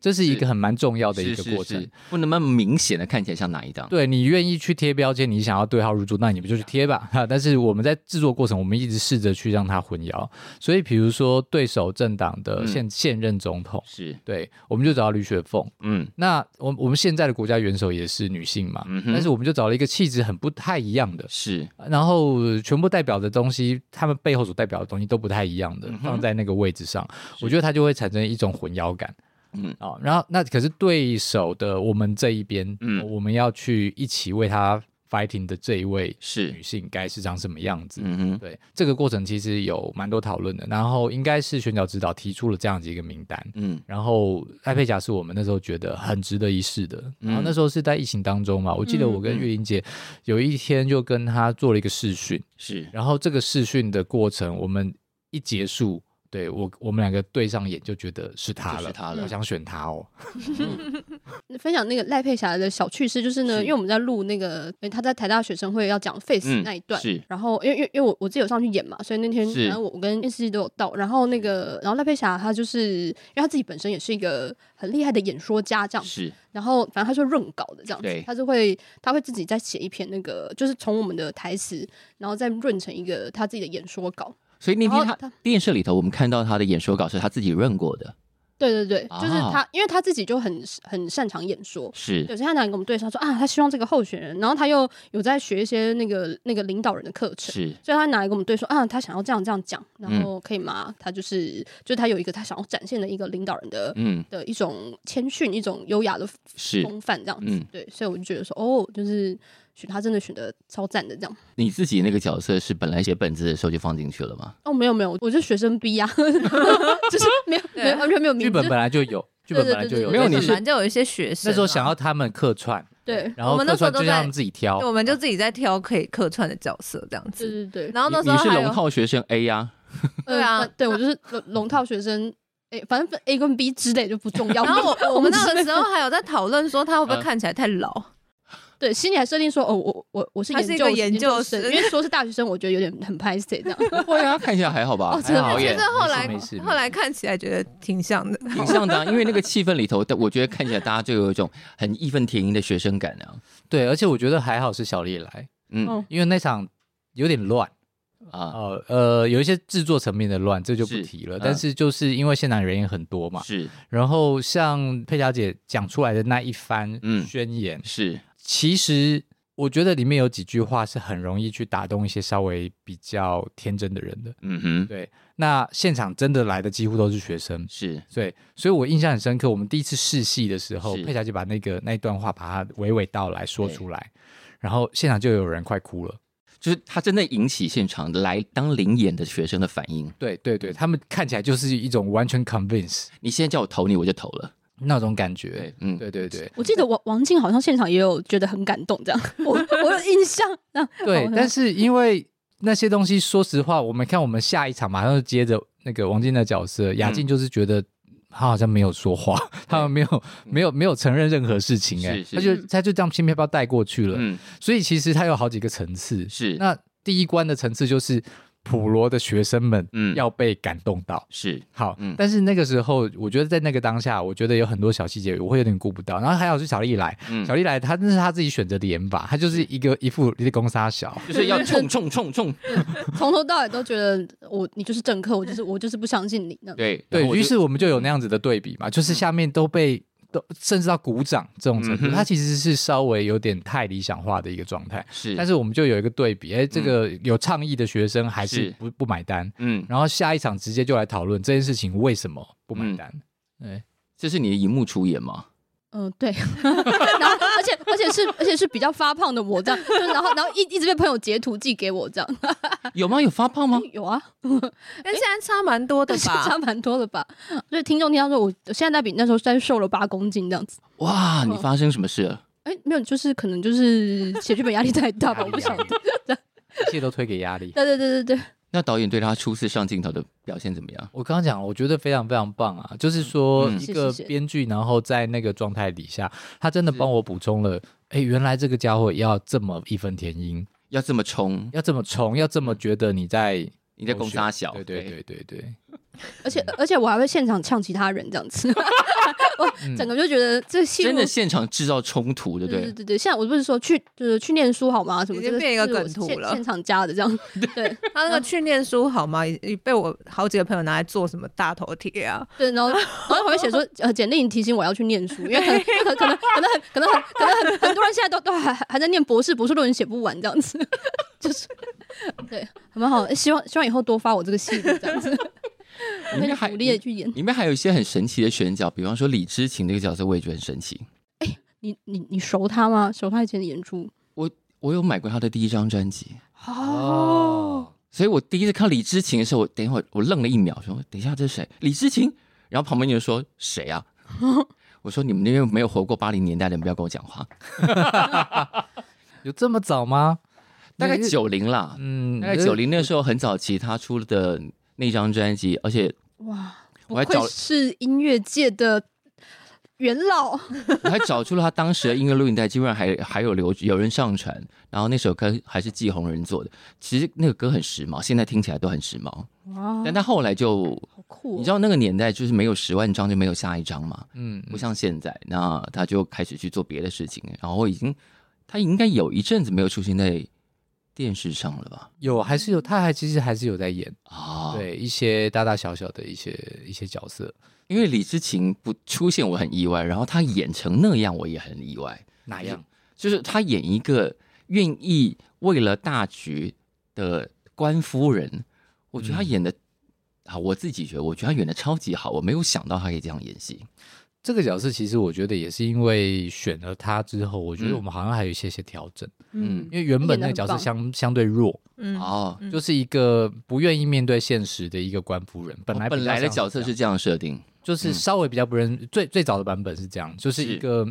C: 这是一个很蛮重要的一个
B: 是
C: 过程。
B: 是是，不能那么明显的看起来像哪一档。
C: 对你愿意去贴标签，你想要对号入座，那你不就去贴吧？ 哈，但是我们在制作过程，我们一直试着去让它混淆。所以，比如说对手政党的
B: 嗯
C: 现、现任总统，
B: 是，
C: 对，我们就找到吕雪凤。
B: 嗯
C: 那我我们现在的国家元首也是女性嘛，
B: 嗯哼
C: 但是我们就找了一个气质很不太一样的，
B: 是，
C: 然后呃全部代表的东西，他们背后所代表的东西都不太一样的
B: 嗯，哼
C: 放在那个位置上，我觉得它就会产生一种混淆感。
B: 嗯
C: 啊、然后那可是对手的我们这一边，
B: 嗯
C: 我们要去一起为他 fighting 的这一位
B: 是
C: 女，性该是长什么样子？
B: 嗯哼，
C: 对，这个过程其实有蛮多讨论的，然后应该是选角指导提出了这样子一个名单，
B: 嗯
C: 然后艾佩甲是我们那时候觉得很值得一试的。
B: 嗯
C: 然后那时候是在疫情当中嘛，我记得我跟
B: 嗯
C: 玉玲姐有一天就跟她做了一个试训，
B: 是，
C: 然后这个试训的过程，我们一结束，对我我们两个对上眼就觉得是她
B: 就
C: 了，
B: 是她了
C: 我想选她哦。
D: 分享那个赖佩霞的小趣事，就是呢，
B: 是
D: 因为我们在录那个，呃她在台大学生会要讲 face
B: 嗯
D: 那一段，
B: 是
D: 然后因为因为因为我我自己有上去演嘛，所以那天
B: 是
D: 反正我我跟电视都有到，然后那个然后赖佩霞她就是因为她自己本身也是一个很厉害的演说家这样，
B: 是，
D: 然后反正她是润稿的这样
B: 对
D: 子，她就会她会自己再写一篇那个，就是从我们的台词，然后再润成一个她自己的演说稿，
B: 所以那天
D: 然后
B: 他
D: 他
B: 电视里头，我们看到他的演说稿是他自己润过的，
D: 对对对，就是
B: 啊
D: 她、因为她自己就很很擅长演说，
B: 是
D: 有些他拿给我们对象说啊，他希望这个候选人，然后他又有在学一些那个那个领导人的课程，
B: 是，
D: 所以他拿来给我们对说啊，他想要这样这样讲，
B: 嗯
D: 然后可以吗？他就是就是他有一个他想要展现的一个领导人的、
B: 嗯
D: 的一种谦逊，一种优雅的
B: 是。
D: 风范这样子。
B: 嗯
D: 对，所以我就觉得说哦，就是选他真的选的超赞的这样。
B: 你自己那个角色是本来写本子的时候就放进去了吗？
D: 哦，没有没有，我就学生逼啊， 就是没有没有完全没有名
C: 剧
D: 字
C: 本本来就有，剧本本来就有，
D: 对对对对
C: 但
E: 对
C: 是
E: 本来就有一些学生
C: 那
E: 啊，
C: 时候想要他们客串，
D: 对
C: 然后
E: 我们那
C: 客
E: 时候
C: 串
E: 都
C: 就让
E: 在
C: 他们自己挑，
E: 对，我们就自己在挑可以客串的角色这样
D: 对
E: 子。
D: 对对，
E: 然后那
B: 你
E: 时候
B: 你是
E: 还
B: 龙
E: 有
B: 套学生 A 呀、
D: 呃
E: 对啊
D: 反对我就是龙龙套学生，哎、反正分 A 跟 B 之类就不重要。
E: 然后 我我们那个时
D: 候。
E: 候还有在讨论说他会
C: 嗯
E: 不会看起来太老，
D: 对，心里还设定说，哦，我我我是
E: 他
D: 研
E: 是
D: 究
E: 一个研究
D: 生，
E: 生
D: 因为说是大学生，我觉得有点很拍死这样。
B: 不会啊，看起来还好吧？哎
D: 哦真
B: 还
D: 的
B: 好
D: 吗
B: 耶
E: 但是，后来
C: 没事没事
E: 后来看起来觉得挺像的。
B: 挺像的、啊，因为那个气氛里头，但我觉得看起来大家就有一种很义愤填膺的学生感啊。
C: 对，而且我觉得还好是小丽来，
B: 嗯、
D: 哦
C: 因为那场有点乱，
B: 啊，
C: 呃呃，有一些制作层面的乱，这就不
B: 是
C: 提了。
B: 嗯
C: 但是就是因为现场人也很多嘛，
B: 是
C: 然后像佩霞姐讲出来的那一番
B: 嗯
C: 宣言，
B: 是，
C: 其实我觉得里面有几句话是很容易去打动一些稍微比较天真的人的。
B: 嗯哼，
C: 对，那现场真的来的几乎都是学生，
B: 是
C: 对，所以我印象很深刻。我们第一次试戏的时候
B: 是，
C: 佩霞就把那个那一段话把它娓娓道来说出来，然后现场就有人快哭了。
B: 就是他真的引起现场来当灵演的学生的反应。
C: 对对对，他们看起来就是一种完全 convince
B: 你现在叫我投你，我就投了。
C: 那种感觉。
B: 嗯，
C: 对对对
D: 我记得王王静好像现场也有觉得很感动这样， 我我有印象。那
C: 对，但是因为那些东西，说实话，我们看我们下一场马上就接着那个王晶的角色，雅静就是觉得。她好像没有说话，她没有没有没有承认任何事情、哎
B: 嗯是，是
C: 她就她就这样轻飘飘带过去了。
B: 嗯，
C: 所以其实它有好几个层次。
B: 是
C: 那第一关的层次就是普罗的学生们，
B: 嗯
C: 要被感动到。
B: 是
C: 好，
B: 嗯
C: 但是那个时候，我觉得在那个当下，我觉得有很多小细节我会有点顾不到。然后还好是小丽来，
B: 嗯
C: 小丽来，她那是她自己选择的演法，她就是一个一副立功杀小。
B: 就是要冲冲冲冲，
D: 从头到尾都觉得我你就是政客，我就是我就是不相信你那。
B: 对
C: 对
B: 然后我
C: 于，
B: 就是嗯
C: 我们就有那样子的对比嘛，就是下面都被都甚至到鼓掌这种程度，
B: 嗯哼
C: 它其实是稍微有点太理想化的一个状态。
B: 是，
C: 但
B: 是
C: 是我们就有一个对比，哎、这个有倡议的学生还是
B: 是
C: 不不买单，
B: 嗯，
C: 然后下一场直接就来讨论这件事情为什么不
B: 嗯
C: 买单。对，
B: 这是你的荧幕出演吗？
D: 嗯、对。 然后而且而且是而且是比较发胖的我这样，就是然后然后一一直被朋友截图寄给我这样。
B: 有吗？有发胖吗？
D: 有啊，
E: 哎但现在差蛮多 的
D: 但是差
E: 吧？
D: 蛮多的吧？所以听众听到说我我现在比那时候再瘦了八公斤这样子。
B: 哦哇，你发生什么事了？
D: 哎、没有，就是可能就是写剧本压力太大吧，
C: 压力
D: 我不晓得。
C: 一切都推给压力。
D: 对对对对对，
B: 那导演对他初次上镜头的表现怎么样？
C: 我刚刚讲了，我觉得非常非常棒啊！就是说，
B: 嗯
C: 一
D: 是
C: 个
D: 是是
C: 编剧，然后在那个状态底下，他真的
B: 是
C: 帮我补充了，哎，原来这个家伙要这么义愤填膺，
B: 要这么冲？
C: 要这么冲，要这么觉得你在
B: 你在攻杀小？
C: 对对对对对，
D: 而且而且我还会现场呛其他人这样子， 我整个就觉得这戏
B: 嗯真
D: 路
B: 的现场制造冲突，对不
D: 对对
B: 对？
D: 对对，现在我不是说去就是去念书好吗？什么
E: 已经
D: 这
E: 变一个
D: 是我
E: 梗图
D: 现
E: 了
D: 现场加的这样。对
E: 他那个去念书好吗？也也被我好几个朋友拿来做什么大头贴啊，
D: 对，然后然后还会写说，呃，简历你提醒我要去念书，因为可能可能可能可能很可能很可能很很多人现在都都还还在念博士，博士论文写不完这样子， 就是对，还蛮好。希望希望以后多发我这个戏路这样子，
B: 里
D: 可
B: 面
D: 以
B: 还
D: 鼓励的去演。
B: 里面还有一些很神奇的选角，比方说李知勤这个角色，我也觉得很神奇。
D: 你你你熟他吗？熟他以前的演出
B: 我有买过他的第一张专辑，
D: 哦，，
B: 所以我第一次看李知勤的时候，我等一会儿我愣了一秒，说：“等一下，这是谁？李知勤？”然后旁边就说：“谁啊？” 我说：“你们那边没有活过八零年代的人，不要跟我讲话。
C: 有这么早吗？
B: 大概
C: 你是
B: 九零啦，
C: 嗯，
B: 大概九零那时候很早期，他出的那张专辑，而且
D: 哇，不
B: 我还
D: 愧
B: 找
D: 是音乐界的元老，
B: 我还找出了他当时的音乐录影带，竟然还还有留有人上传。然后那首歌还是季红人做的，其实那个歌很时髦，现在听起来都很时髦。
D: 哇
B: 但他后来就，
D: 好酷、哦！
B: 你知道那个年代就是没有十万张就没有下一张嘛，
C: 嗯，
B: 不像现在。那他就开始去做别的事情，然后已经他应该有一阵子没有出现在电视上了吧？
C: 有还是有，他还其实还是有在演，
B: 啊，，
C: 对一些大大小小的一些一些角色，
B: 因为李知勤不出现我很意外，然后他演成那样我也很意外。
C: 哪
B: 样？就是他演一个愿意为了大局的官夫人，我觉得他演的、啊，我自己觉得，我觉得他演的超级好，我没有想到他可以这样演戏。
C: 这个角色其实我觉得也是因为选了他之后，我觉得
B: 嗯
C: 我们好像还有一些些调整，
B: 嗯
C: 因为原本那个
D: 他
C: 角
D: 演得很
C: 色
D: 棒
C: 相相对弱，
E: 嗯，
B: 哦，
E: 嗯
C: 就是一个不愿意面对现实的一个官夫人。本
B: 我
C: 来比
B: 哦本
C: 较
B: 来的
C: 像
B: 角色
C: 这
B: 是
C: 样
B: 这样设定，
C: 就是
B: 嗯
C: 稍微比较不认，最最早的版本是这样，就是一
B: 是
C: 个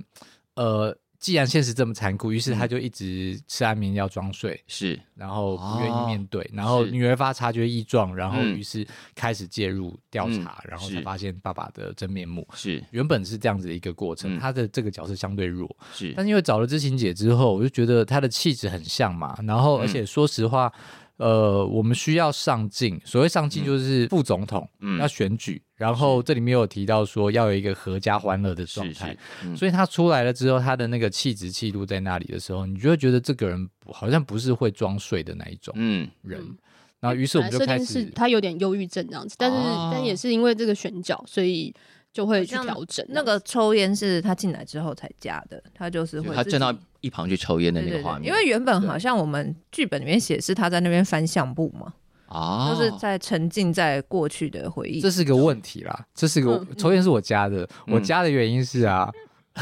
C: 呃，既然现实这么残酷，于是他
B: 嗯
C: 就一直吃安眠药装睡。
B: 是
C: 然后不愿意
B: 哦
C: 面对，然后
B: 是
C: 女儿发察觉异状，然后
B: 嗯
C: 于是开始介入调
B: 嗯
C: 查，然后才
B: 是
C: 发现爸爸的真面目。
B: 是
C: 原本是这样子的一个过程，
B: 嗯
C: 他的这个角色相对弱，
B: 是
C: 但是因为找了知情姐之后，我就觉得她的气质很像嘛。然后，
B: 嗯
C: 而且说实话，呃，我们需要上镜。所谓上镜，就是副总统、
B: 嗯
C: 要选举，然后这里面有提到说要有一个合家欢乐的状
B: 是
C: 态
B: 是。，嗯
C: 所以他出来了之后，他的那个气质气度在那里的时候，你就会觉得这个人不好像不是会装睡的那一种
B: 嗯
C: 人。
D: 嗯
C: 然后，于是我们就
D: 本来
C: 开
D: 设定是
C: 始
D: 他有点忧郁症这样子，但是、
B: 哦
D: 但也是因为这个选角，所以就会去
E: 好像
D: 调整
E: 那个抽烟是他进来之后才加的，他就是
B: 就
E: 会
B: 他
E: 自
B: 站到
E: 己
B: 一旁去抽烟的
E: 对
B: 那
E: 对
B: 个画
E: 对，
B: 面，
E: 因为原本好像我们剧本里面写是他在那边翻相簿嘛，
B: 啊，
E: 就是在沉浸在过去的回忆。
C: 这是个问题啦，这是个、
D: 嗯
C: 抽烟是我加的，
B: 嗯
C: 我加的原因是啊，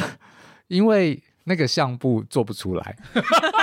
C: 因为那个相簿做不出来，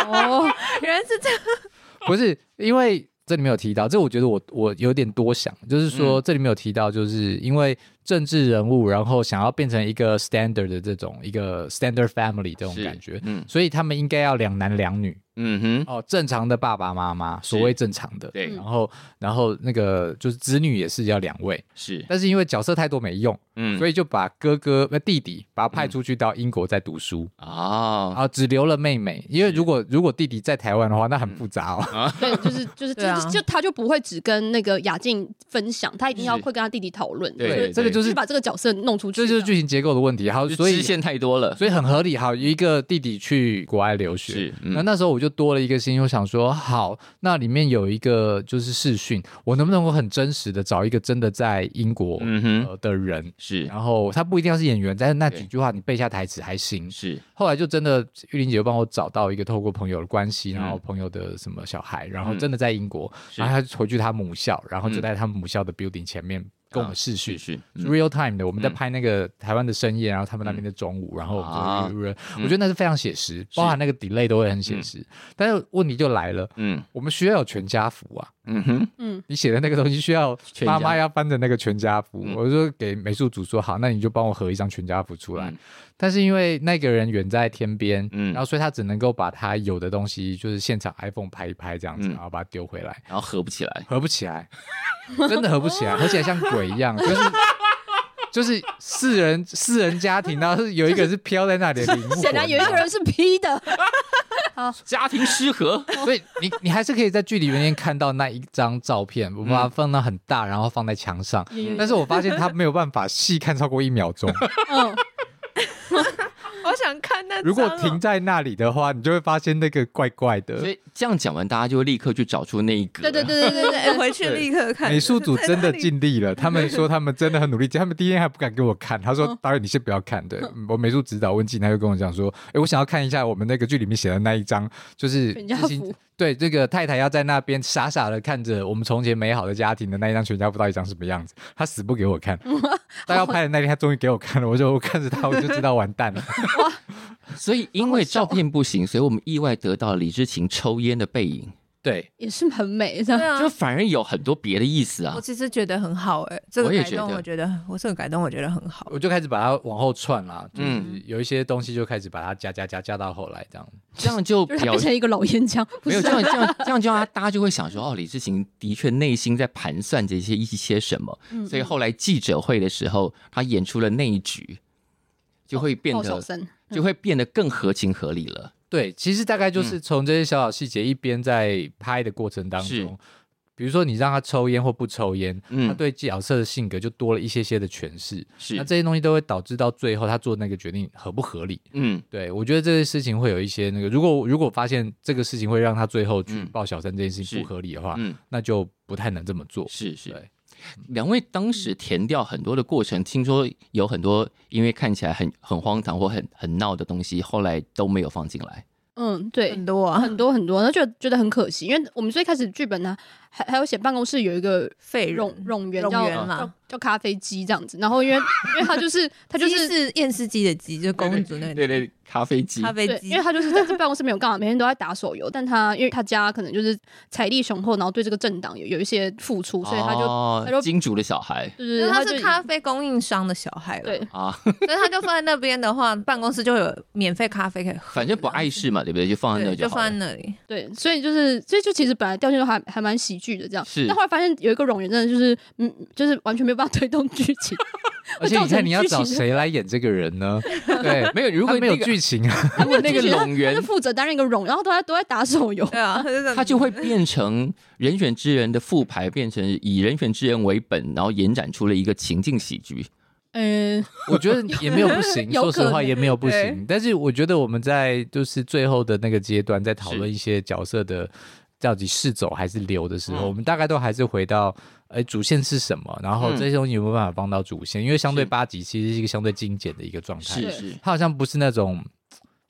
D: 哦，
E: 原来 是这样，
C: 不是因为这里面有提到，这我觉得我我有点多想，就是
B: 嗯
C: 说、这里面有提到，就是因为政治人物，然后想要变成一个 standard 的这种一个 standard family 这种
B: 是
C: 感觉，
B: 嗯
C: 所以他们应该要两男两女
B: 嗯哼，
C: 哦，正常的爸爸妈妈，所谓正常的。
B: 对
D: 嗯
C: 然后，然后那个就是子女也是要两位，
B: 是，
C: 但是因为角色太多没用，
B: 嗯
C: 所
B: 以
C: 以就把哥哥、呃弟弟把他派出去到英国再读书，然
B: 啊，
C: 后只留了妹妹。因为如果如果弟弟在台湾的话，那
B: 嗯
C: 很复杂哦。
D: 对，就是 就是就
E: 对啊
D: 是就他就不会只跟那个雅静分享，他一定要
B: 是
D: 会跟他弟弟讨论，
B: 对
D: 就
C: 这
D: 是
C: 个就
D: 就是是把这个角色弄出去，啊
C: 这就是剧情结构的问题。好，
B: 就
C: 所以
B: 支线太多了，
C: 所以很合理。好，一个弟弟去国外留学
B: 是，嗯
C: 那那时候我就多了一个心，我想说，好，那里面有一个就是视讯，我能不能够很真实的找一个真的在英国、
B: 嗯哼，
C: 呃的人，
B: 是
C: 然后他不一定要是演员，但是那
B: 对
C: 几句话你背下台词还行。
B: 是
C: 后来就真的玉玲姐就帮我找到一个透过朋友的关系，然后
B: 嗯
C: 朋友的什么小孩，然后
B: 嗯
C: 真的在英国，
B: 是
C: 然后他就回去他母校，然后就
B: 嗯啊
C: 在他母校的 building 前面跟我们视
B: 是
C: 讯。
B: 是，
C: 是
B: 嗯
C: real time 的，我们在
B: 嗯
C: 拍那个台湾的深夜，然后他们那边的中午，然后我
B: 啊
C: 们就我觉得那是非常写实，包含那个 delay 都会很写实。但是问题就来了，
B: 嗯
C: 我们需要有全家福啊！
B: 嗯哼，
D: 嗯，
C: 你写的那个东西需要
B: 全家
C: 妈妈要翻的那个全家福，
B: 嗯
C: 我就给美术组说好，那你就帮我合一张全家福出来。
B: 嗯
C: 但是因为那个人远在天边，
B: 嗯
C: 然后所以他只能够把他有的东西，就是现场 iPhone 拍一拍这样子，
B: 嗯
C: 然后把它丢回来，
B: 然后合不起 来，
C: 合不起来，真的合不起来，合起来像鬼一样，就是。就是四人四人家庭，然后是有一个人是飘在那里的灵魂，
D: 显然有一个人是 P 的，
B: 家庭失和，
C: 所以你你还是可以在距离里面看到那一张照片，我
D: 嗯
C: 把它放到很大，然后放在墙上。
B: 嗯
C: 但是我发现它没有办法细看超过一秒钟。
D: 嗯，
E: 好想看那张哦
C: 如 果停在那里的话，你就会发现那个怪怪
B: 所
C: 的。
B: 以这样讲完，大家就会立刻去找出那一格。
D: 对对对对对
E: 对对
D: 对，
E: 对，哎回去立刻看。
C: 美术组真的尽力 了，他们说他们真的很努力。他们第一天还不敢给我看，他
D: 嗯
C: 说：“导演，你先不要看。”对，我美术指导温静，他就跟我讲说：“哎，我想要看一下我们那个剧里面写的那一张，就是
D: 全家
C: 知青
D: 福
C: 对这个太太要在那边傻傻的看着我们从前美好的家庭的那一张全家福到底长什么样子，他死不给我 看。他要拍的那天，他终于给我看了，我就我看着他，我就知道完蛋了。
B: 所以因为照片不行，所以我们意外得到李知晴抽烟的背影，
C: 对，
D: 也是很美这
E: 对
D: 样。
E: 啊
B: 就，反而有很多别的意思啊
E: 我。其实觉得很好哎，这个
B: 我也
E: 改
B: 觉
E: 动
B: 得
E: 我觉得我这个改动我觉得很好。
C: 我就开始把它往后串啦，就是
B: 嗯
C: 有一些东西就开始把它加加加加到后来这样。
B: 这样就
D: 就是他
B: 表
D: 变成一个老烟枪，不
B: 没有
D: 是
B: 这样这样这样就让大家就会想说，哦，李志勤的确内心在盘算这些一些什么，
E: 嗯
B: 所以后来记者会的时候，他演出了那一局，就会变
D: 爆
B: 得
D: 小声，
E: 嗯
B: 就会变得更合情合理了。
C: 对，其实大概
B: 嗯
C: 就是从这些小小细节一边在拍的过程当
B: 是
C: 中，比如说你让他抽烟或不抽烟，
B: 嗯
C: 他对角色的性格就多了一些些的诠释。
B: 是
C: 那，这些东西都会导致到最后他做那个决定合不合理。
B: 嗯，
C: 对，我觉得这些事情会有一些那个，如果如果发现这个事情会让他最后去
B: 嗯
C: 报小三这件事
B: 是
C: 情不合理的话，
B: 嗯
C: 那就不太能这么做。
B: 是是。
C: 对，
B: 两位当时填掉很多的过程，听说有很多因为看起来很很荒唐或很很闹的东西，后来都没有放进来。
D: 嗯，对，
E: 很多啊，
D: 很多很多，那就觉得很可惜，因为我们最开始剧本呢，还还有写办公室有一个
E: 废
D: 冗
E: 人
D: 冗员
E: 冗
D: 叫
E: 员啦
D: 叫叫咖啡机这样子，然后因为因为他就是他就
E: 鸡
D: 是
E: 是验尸机的鸡，就是公主那个
B: 对对，咖啡机
E: 咖啡
D: 对，
E: 机
D: 因为，他就是在这办公室没有干嘛，每天都在打手游，但他因为他家可能就是财力雄厚，然后对这个政党有有一些付出，所以他就、他
B: 哦、
D: 就
B: 金主的小孩
D: 就是
E: 他
D: 就是
E: 咖啡供应商的小孩了，
D: 对
B: 啊，
E: 所以他就放在那边的话，办公室就有免费咖啡可以喝，
B: 反正不碍事嘛，对不对？就放在那
E: 对，就
B: 好了。
E: 放在那里。
D: 对，所以就是，所以就其实本来调性都还还蛮喜剧的这样，
B: 是
D: 但后来发现有一个冗员真的就是，嗯，就是完全没有办法推动剧 情，
C: 而且
D: 造
C: 你看
D: 成
C: 你要
D: 剧
C: 找
D: 情
C: 谁来演这个人 呢？对，
B: 没有，如
C: 如
B: 果
C: 果没有
B: 那个
C: 剧情啊，
B: 如果那个
D: 剧情他
B: 冗员
D: 他就负责担任一个冗，然后都在都在打手游，
E: 对 啊，他就这样
B: 他就会变成人选之人的复牌，变成以人选之人为本，然后延展出了一个情境喜剧。
D: 嗯、
C: 我觉得也没有不 行，
D: 有
C: 说
D: 可
C: 实话
D: 能
C: 也没有不
E: 对
C: 行。但是我觉得我们在就是最后的那个阶段，在讨论一些角色的到底是走还是留的时候，
B: 嗯
C: 我们大概都还是回到，哎、主线是什么？然后
B: 嗯
C: 这些东西有没有办法帮到主线？因为相对
B: 是
C: 八集其实是一个相对精简的一个状态，
B: 是
D: 对
B: 是，
C: 它好像不是那种，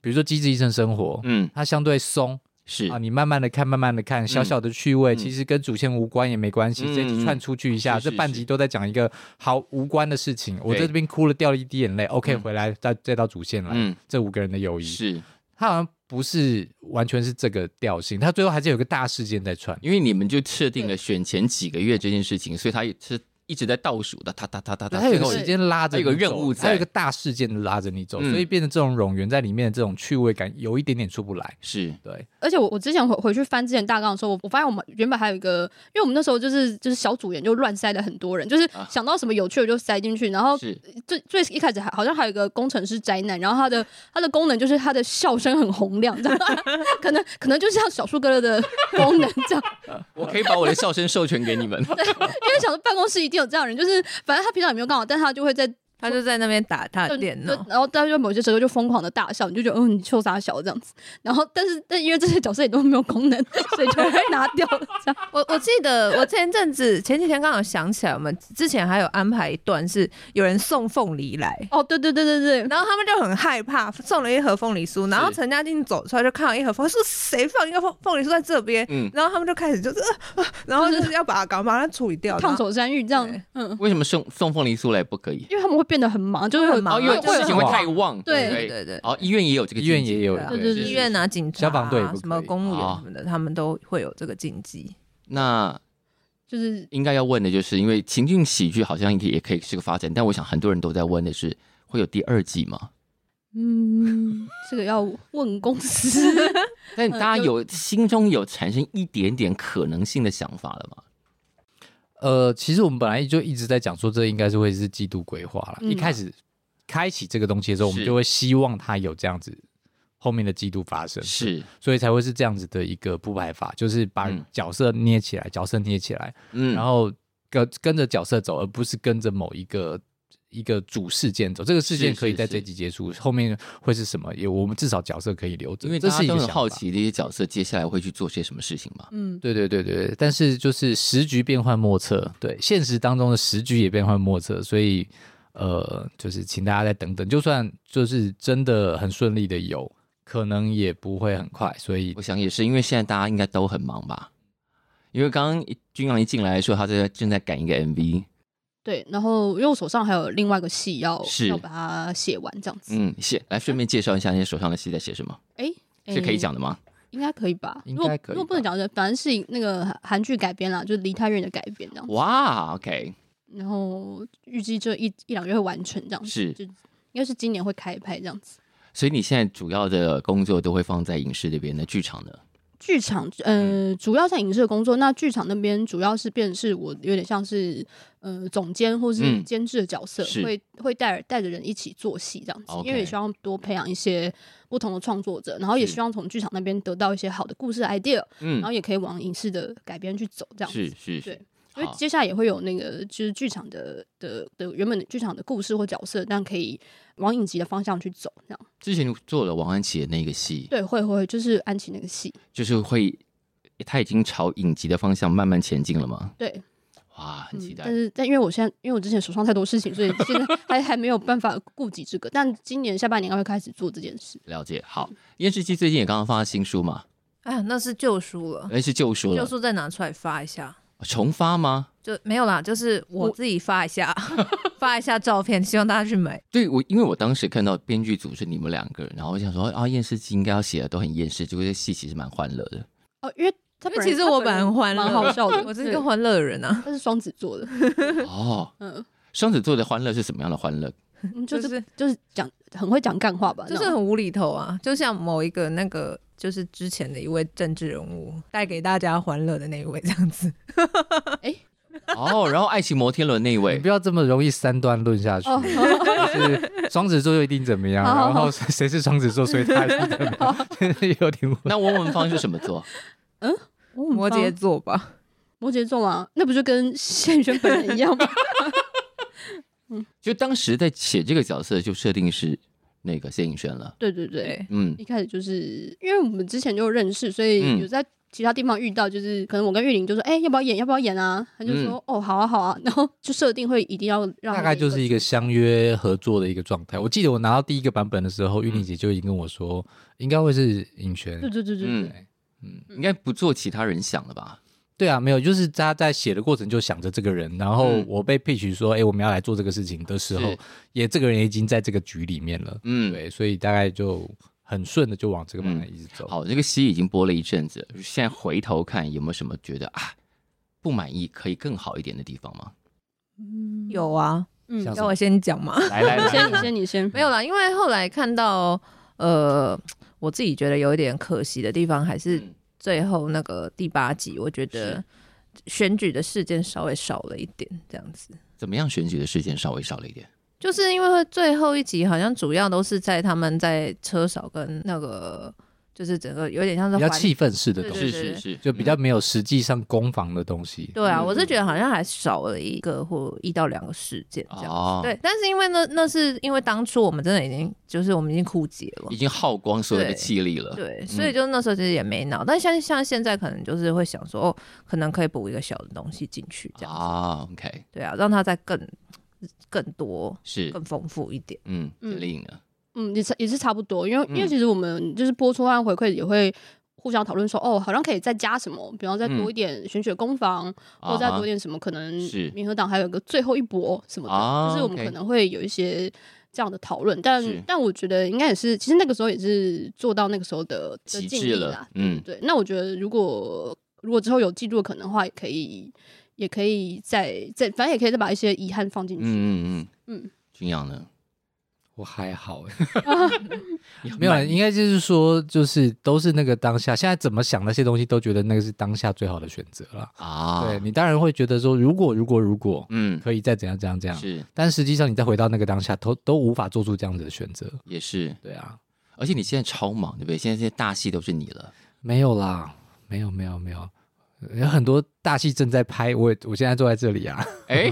C: 比如说《机智医生生活》
B: 嗯，
C: 它相对松
B: 是
C: 啊，你慢慢的看，慢慢的看，小小的趣味，
B: 嗯
C: 其实跟主线无关也没关系，
B: 嗯
C: 这一集串出去一下，
B: 是是
C: 这半集
B: 是
C: 都在讲一个毫无关的事情，我在这边哭了掉了一滴眼泪，OK，
B: 嗯
C: 回来再再到主线来，
B: 嗯
C: 这五个人的友谊，
B: 是，
C: 他好像不是完全是这个调性，他最后还是有个大事件在串，
B: 因为你们就设定了选前几个月这件事情，所以他也是一直在倒数的，他他他他他，
C: 他有
B: 最
C: 一个
B: 后
C: 时间拉
B: 他
C: 着你
B: 有
C: 走，
B: 个任务在
C: 他有一个大事件拉着你走，
B: 嗯
C: 所以变得这种冗员在里面的这种趣味感有一点点出不来，
B: 是
C: 对，
D: 而且我我之前回回去翻之前大纲的时候，我我发现我们原本还有一个，因为我们那时候就是就是小组员就乱塞了很多人，就是
B: 啊
D: 想到什么有趣的就塞进去，然后
B: 是
D: 最最一开始还好像还有一个工程师宅男，然后他的他的功能就是他的笑声很洪亮，这样 可能可能就像小树哥 的功能这样，
B: 我可以把我的笑声授权给你们。
D: 因为想说办公室一定有这样的人，就是反正他平常也没有干嘛，但他就会在
E: 他就在那边打他的
D: 对
E: 电
D: 对
E: 脑，
D: 然后大家就某些时候就疯狂的大笑，你就觉得，嗯、你臭傻小这样子。然后，但是，但因为这些角色也都没有功能，所以就被拿掉了。这样，
E: 我我记得我前阵子前几天刚好想起来，我们之前还有安排一段是有人送凤梨来。
D: 哦，对对对对对，
E: 然后他们就很害怕，送了一盒凤梨酥。然后陈家静走出来就看到一盒凤，说谁放一个凤凤梨酥在这边？
B: 嗯，
E: 然后他们就开始就是，呃呃然后就是要把它搞把它处理掉。
D: 烫手山芋这样
E: 对，
D: 嗯，
B: 为什么送送凤梨酥来不可以？
D: 因为他们会变得很忙，就是
E: 很忙啊
B: 哦，因为
E: 就是
B: 事情会太旺，
D: 对
E: 然
B: 不
E: 后对对对，
B: 哦，医院也有这个
C: 医
B: 禁忌，
C: 院也有
E: 对啊
D: 对对对
E: 医院啊、警察、啊、
C: 消防队也不可以
E: 什么公务员
B: 哦
E: 什么的，他们都会有这个禁忌。
B: 那
D: 就是
B: 应该要问的就是，因为情境喜剧好像也可以是个发展，但我想很多人都在问的是，会有第二季吗？
D: 嗯，这个要问公司。
B: 但大家有心中有产生一点点可能性的想法了吗？
C: 呃，其实我们本来就一直在讲说，这应该是会是季度规划了。
D: 嗯
C: 一开始开启这个东西的时候，我们
B: 是
C: 就会希望它有这样子后面的季度发生，
B: 是，
C: 所以才会是这样子的一个铺排法，就是把
B: 嗯
C: 角色捏起来，角色捏起来，
B: 嗯，
C: 然后跟跟着角色走，而不是跟着某一个。一个主事件走，这个事件
B: 是
C: 可以
B: 是
C: 在
B: 是
C: 这集结束，后面会是什么？也我们至少角色可以留着，
B: 因为
C: 这
B: 大家
C: 是一
B: 都
C: 个
B: 很
C: 想
B: 好
C: 法
B: 奇这些角色接下来会去做些什么事情嘛。
D: 嗯，
C: 对对对对，对但是就是时局变幻莫测，对现实当中的时局也变幻莫测，所以呃，就是请大家再等等，就算就是真的很顺利的有，可能也不会很快，所以
B: 我想也是，因为现在大家应该都很忙吧。因为刚刚君阳一进来说他在正在赶一个 MV，
D: 对。然后，因为我手上还有另外一个戏要
B: 是
D: 要把它写完，这样子。
B: 嗯，写来顺便介绍一下你手上的戏在写什么，
D: 哎、
B: 是可以
D: 诶
B: 讲的吗？
D: 应该可以吧？
C: 应
D: 如果
C: 该可以
D: 如果不能讲的，反正是那个韩韩剧改编啦，就是《梨泰院》的改编这样子。
B: 哇，OK，
D: 然后预计这一一两个月会完成这样子，
B: 是
D: 哦就应该是今年会开拍这样子。
B: 所以你现在主要的工作都会放在影视这边的剧场呢？
D: 剧场呃，
B: 嗯
D: 主要在影视的工作，那剧场那边主要是变成是我有点像是呃总监或是
B: 嗯
D: 监制的角色，
B: 是
D: 会会带带着人一起做戏这样子
B: OK
D: 因为也希望多培养一些不同的创作者，然后也
B: 是
D: 希望从剧场那边得到一些好的故事 idea，、
B: 嗯
D: 然后也可以往影视的改编去哦走这样子。
B: 是是是
D: 对，因为接下来也会有那个就是剧场的的的原本的剧场的故事或角色，但可以往影集的方向去走，这样
B: 之前做了王安琪的那个戏，
D: 对，会会就是安琪那个戏，
B: 就是会，他已经朝影集的方向慢慢前进了吗？
D: 对，
B: 哇，很期
D: 嗯、
B: 待。
D: 但是但因为我现在因为我之前手上太多事情，所以现在 还还没有办法顾及这个，但今年下半年应该会开始做这件事。
B: 了解，好。
D: 嗯
B: 燕世基最近也刚刚发了新书嘛，哎
E: 哎呀，那是旧书
D: 哦
E: 了，
B: 而是旧书
E: 旧
B: 了，哦
E: 书再拿出来发一下，
B: 重发吗？
E: 就没有啦，就是我自己发一下， 发一下照片，希望大家去买。
B: 对我，因为我当时看到编剧组是你们两个，然后我想说啊，燕世基应该要写的都很厌世，结果这戏其实蛮欢乐 的。
D: 哦，因为他
E: 因为
D: 本
E: 其实我本来很欢乐，
D: 蛮好笑的
E: ，我是一个欢乐的人啊，
D: 他是双子座的，
B: 哦，
D: 嗯，
B: 双子座的欢乐是什么样的欢乐？
D: 嗯就是、
E: 就是
D: 就是讲很会讲干话吧，
E: 就是
D: 那种
E: 很无厘头啊，就像某一个那个。就是之前的一位政治人物带给大家欢乐的那一位，这样子。
B: 哦，然后爱情摩天轮那一
C: 你
B: 位
C: 不，要这么容易三段论下去。
D: 哦，
C: 就是双子座就一定怎么样，
D: 好好
C: 然
D: 好
C: 后谁谁是双子座，所以他一定怎么样，真的有点
B: 那王文芳是什么座？
E: 摩
D: 摩
E: 羯座吧，
D: 摩羯座啊，那不就跟谢宇轩本人一样吗？
B: 就当时在写这个角色就设定是那个谢颖轩了。
D: 对对对，
E: 对，
B: 嗯，
D: 一开始就是因为我们之前就认识，所以
B: 嗯
D: 有在其他地方遇到，就是、可能我跟玉玲就说，哎、要不要演，要不要演啊？他就说，哦，好啊，好啊，然后就设定会一定要让
C: 大
D: 他
C: 概
D: 演
C: 就是一个相约合作的一个状态。我记得我拿到第一个版本的时候，玉玲姐就已经跟我说，应该会是尹璇
D: 对。对对对
B: 嗯
D: 对，
B: 应该不做其他人想了吧？
C: 对啊，没有，就是他在写的过程就想着这个人，然后
B: 嗯
C: 我被 pitch 说，哎、我们要来做这个事情的时候
B: 是，
C: 也这个人已经在这个局里面了。
B: 嗯，。
C: 对，所以大概就很顺的就往这个方向一直走。
B: 好，这个戏已经播了一阵子，现在回头看有没有什么觉得啊不满意，可以更好一点的地方吗？
D: 嗯
E: 有啊，
D: 嗯，
C: 像
D: 你
C: 是
E: 要我先讲嘛。
C: 来来来，
D: 先你先你先，
E: 没有啦，因为后来看到呃，我自己觉得有一点可惜的地方，还是
B: 嗯
E: 最后那个第八集，我觉得选举的事件稍微少了一点，这样子。
B: 怎么样选举的事件稍微少了一点？
E: 就是因为最后一集好像主要都是在他们在车少跟那个就是整个有点像是
C: 比较
E: 环
C: 气氛式的东
E: 对
C: 西，
B: 是
E: 对
B: 是
E: 对
B: 是，
C: 就比较没有实际上攻防的东西。
E: 对啊，
B: 嗯
E: 我是觉得好像还少了一个或一到两个事件这样。
B: 哦，
E: 对，但是因为那那是因为当初我们真的已经就是我们已经枯竭了
B: 已，经耗光所有的
E: 对
B: 气力了。嗯
E: 对，所以就那时候其实也没脑，但像像现在可能就是会想说，哦，可能可以补一个小的东西进去这样子，
B: 啊，OK，
E: 对啊，让它再更更多、
B: 是，
E: 更丰富一点。
B: 嗯，
D: 嗯
B: 另一个，
D: 嗯，也是也是差不多，因为、因为
B: 嗯
D: 其实我们就是播出和回馈也会互相讨论说，哦，好像可以再加什么，比方再多一点选血攻防，或者再
B: 嗯啊
D: 多
B: 哈
D: 一点什么，可能
B: 是
D: 民和党还有一个最后一搏什么的，
B: 啊
D: 就是我们
B: OK
D: 可能会有一些这样的讨论，但
B: 是
D: 但我觉得应该也是，其实那个时候也是做到那个时候的的
B: 极
D: 尽
B: 致
D: 力
B: 了
D: 啦，，
B: 嗯，
D: 对，那我觉得如果如果之后有记录的可能的话，也可以也可以再再，反正也可以再把一些遗憾放进去。
B: 嗯嗯嗯嗯
D: 嗯，
B: 军养呢？
C: 我还好、欸，
B: 你很
C: 没有啦，
B: 慢
C: 应该就是说，就是都是那个当下，现在怎么想那些东西，都觉得那个是当下最好的选择啦。
B: 啊，
C: 对，你当然会觉得说，如果如果如果
B: 嗯，
C: 可以再怎样怎样怎样，
B: 是
C: 但实际上你再回到那个当下，都都无法做出这样子的选择。
B: 也是，
C: 对啊，
B: 而且你现在超忙，对不对？现在这些大戏都是你 了，
C: 没有啦，没有没有没有，有很多大戏正在拍，我也我现在坐在这里啊，
B: 哎，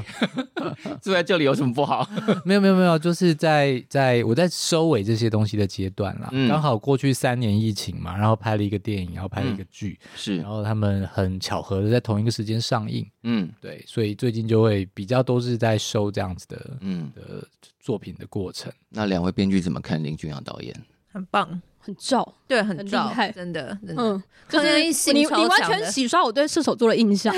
B: 住在这里有什么不好？
C: 没有没有没有，就是在在我在收尾这些东西的阶段啦，
B: 嗯
C: 刚好过去三年疫情嘛，然后拍了一个电影，然后拍了一个剧，
B: 是
C: 然，后他们很巧合的在同一个时间上映，
B: 嗯
C: 对，所以最近就会比较都是在收这样子的
B: 嗯，
C: 的作品的过程。
B: 那两位编剧怎么看林俊阳导演？
E: 很棒，
D: 很照，
E: 对，很
D: 很厉
E: 照
D: 害
E: 真的，真的，
D: 嗯，
E: 就
D: 就是是
E: 一性
D: 你你
E: 超
D: 完
E: 强
D: 全
E: 的
D: 洗刷我对射手座的印 象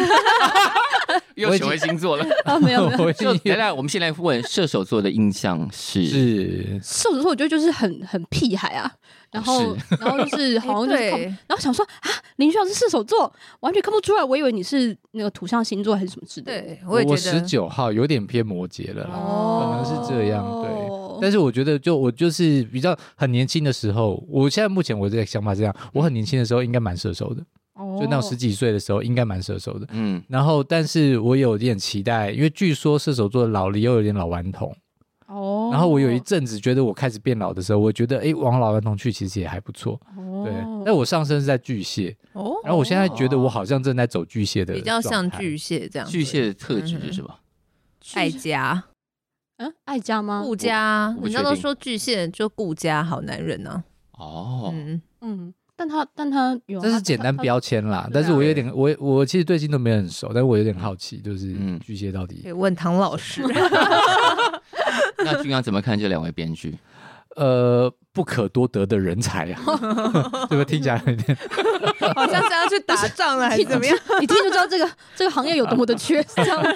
B: 又喜欢星座了。
D: 啊！没有没 有，
C: 我已
B: 就
C: 经
B: 来来，我们先来问射手座的印象是
C: 是
D: 射手座我觉得就是很很屁孩啊，然后然后 就是好像就是看不，
E: 哎对
D: 然后想说啊，林旭老师射手座，完全看不出来，我以为你是那个土象星座还是什么之类的。
E: 对，我也觉
C: 十
E: 得
C: 九号有点偏摩羯了啦，
E: 哦
C: 可能是这样对
D: 哦
C: 但是我觉得就我就是比较很年轻的时候，我现在目前我这个想法是这样，
E: 嗯
C: 我很年轻的时候应该蛮射手的，
E: 哦
C: 就那种十几岁的时候应该蛮射手的。
B: 嗯
C: 然后，但是我有点期待，因为据说射手座的老了又有点老顽童。
D: 哦
C: 然后我有一阵子觉得我开始变老的时候，我觉得诶往老顽童去其实也还不错。
D: 哦
C: 对，但我上升是在巨蟹，
E: 哦，
C: 然后我现在觉得我好像正在走巨蟹的，
E: 比较像巨。蟹这样，
B: 巨蟹的特质是什么？
E: 爱家
D: 嗯爱家吗？
E: 顾家
B: 我，不
E: 人家
B: 确
E: 都
B: 定
E: 说巨蟹就顾家好男人呢、
B: 哦，
E: 嗯，
D: 嗯，但他但他有啊
C: 这
D: 他
C: 是简单
D: 他
C: 标签啦，
D: 对 啊
C: 但是我有点，我我其实最近都没有很熟，但是我有点好奇，就是
B: 嗯
C: 巨蟹到底
E: 可以问唐 老师。
B: 那俊阳怎么看这两位编剧？
C: 呃不可多得的人才 啊，对吧？听起来有点
E: 好像是要去打仗了还是怎 么样？
D: 你听就知道这个这个行业有多么的 缺，是这样吗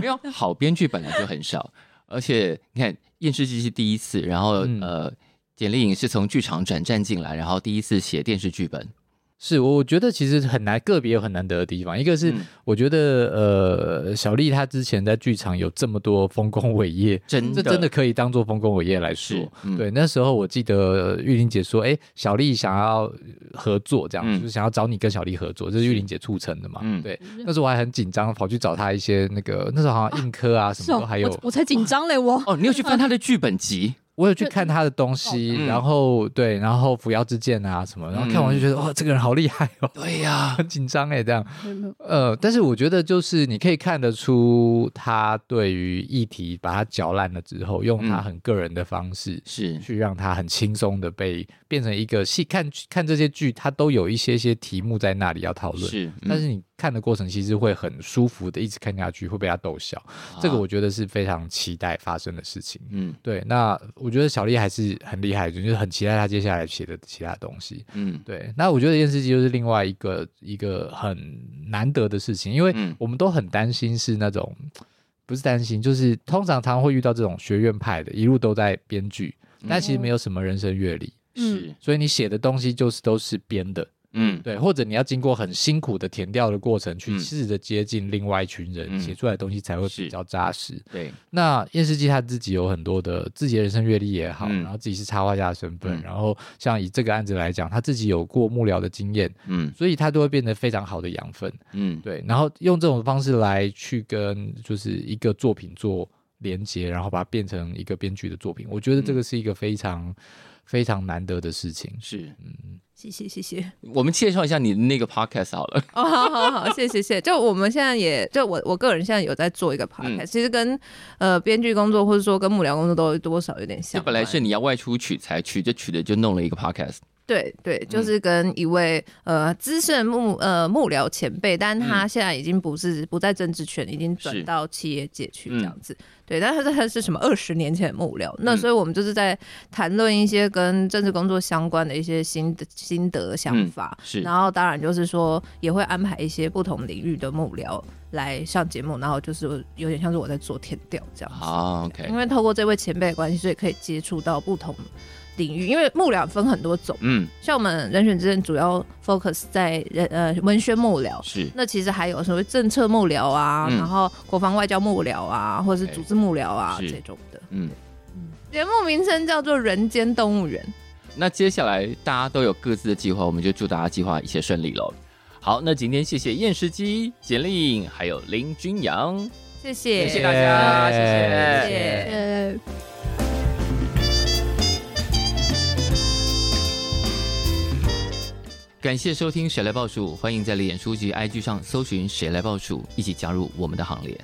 B: 没有好编剧本来就很少，而且你看《验尸记》是第一次，然后、
C: 嗯
B: 呃，简丽颖是从剧场转战进来，然后第一次写电视剧本，
C: 是，我觉得其实很难，个别有很难得的地方。一个是
B: 嗯
C: 我觉得、呃，小丽她之前在剧场有这么多丰功伟业，
B: 真
C: 这
B: 的
C: 真的可以当做丰功伟业来说
B: 是。嗯
C: 对，那时候我记得玉玲姐说，哎、小丽想要合作，这样、
B: 嗯
C: 就是想要找你跟小丽合作，这是玉玲姐促成的嘛。
B: 嗯
C: 对，那时候我还很紧张，跑去找她一些那个那时候好像硬科啊什
D: 是
C: 么
D: 哦
C: 都还有，
D: 我我才紧张嘞，我
B: 哦，你有去翻他的剧本集？
C: 我有去看他的东西，
B: 嗯
C: 然后对，然后扶摇之剑啊什么，然后看完就觉得、哇，这个人好厉害哦，
B: 嗯对呀、
C: 很紧张哎，这样。
D: 没有没有
C: 呃，但是我觉得就是你可以看得出他对于议题把它搅烂了之后，用他
B: 嗯
C: 很个人的方式
B: 是
C: 去让他很轻松的被变成一个戏看看这些剧，它都有一些些题目在那里要讨论。
B: 是，嗯
C: 但是你看的过程其实会很舒服的，一直看下去会被他逗笑，这个我
B: 啊
C: 觉得是非常期待发生的事情。
B: 嗯
C: 对，那我觉得小丽还是很厉害的，就是很期待她接下来写的其他东西。
B: 嗯
C: 对，那我觉得这件事情就是另外一个一个很难得的事情，因为
B: 嗯
C: 我们都很担心是那种，不是担心，就是通常常会遇到这种学院派的，一路都在编剧，但
B: 嗯
C: 其实没有什么人生阅历，
B: 是
C: 所以你写的东西就是都是编的，
B: 嗯
C: 对，或者你要经过很辛苦的填调的过程，去
B: 嗯
C: 试着接近另外一群人，
B: 嗯
C: 写出来的东西才会
B: 是
C: 比较扎实。
B: 对
C: 那验尸机他自己有很多的自己的人生阅历也好，
B: 嗯
C: 然后自己是插画家的身份，
B: 嗯
C: 然后像以这个案子来讲，他自己有过幕僚的经验，
B: 嗯
C: 所以他都会变得非常好的养分。
B: 嗯
C: 对，然后用这种方式来去跟就是一个
B: 嗯
C: 作品做连接，然后把它变成一个编剧的作品，我觉得这个是一个非常。非常难得的事情。
B: 是
E: 谢谢谢谢。
B: 我们介绍一下你的那个 podcast 好了，
E: 哦，好好好，谢谢谢。就我们现在也，就我我个人现在有在做一个 podcast，、
B: 嗯
E: 其实跟呃编剧工作或者说跟幕僚工作都多少有点
B: 这
E: 像。
B: 本来是你要外出取材，取着取着就弄了一个 podcast，
E: 对对，
B: 嗯
E: 就是跟一位呃资深幕呃幕僚前辈，但他现在已经不是不在政治圈，已经
B: 嗯是
E: 转到企业界去
B: 嗯
E: 这样子。对，但他是他是什么二十年前的幕僚，那
B: 嗯
E: 所以我们就是在谈论一些跟政治工作相关的一些心得心得想
B: 嗯
E: 法。
B: 是
E: 然后当然就是说也会安排一些不同领域的幕僚来上节目，然后就是有点像是我在做填调这样子。
B: 好，OK，
E: 因为透过这位前辈的关系，所以可以接触到不同领域。因为幕僚分很多种，
B: 嗯，
E: 像我们人选之人主要 focus 在人呃文宣幕僚，
B: 是
E: 那其实还有所谓政策幕僚啊，
B: 嗯
E: 然后国防外交幕僚啊，或者是
B: OK
E: 组织幕僚啊
B: 是
E: 这种的。
B: 嗯。
E: 节目名称叫做《人间动物园》。
B: 那接下来大家都有各自的计划，我们就祝大家计划一切顺利喽。好，那今天谢谢验尸机、简令还有林君阳，
E: 谢谢，
B: 谢大家，谢谢。
E: 谢谢
D: 呃，
B: 感谢收听《谁来报数》，欢迎在脸书及 IG 上搜寻“谁来报数”，一起加入我们的行列。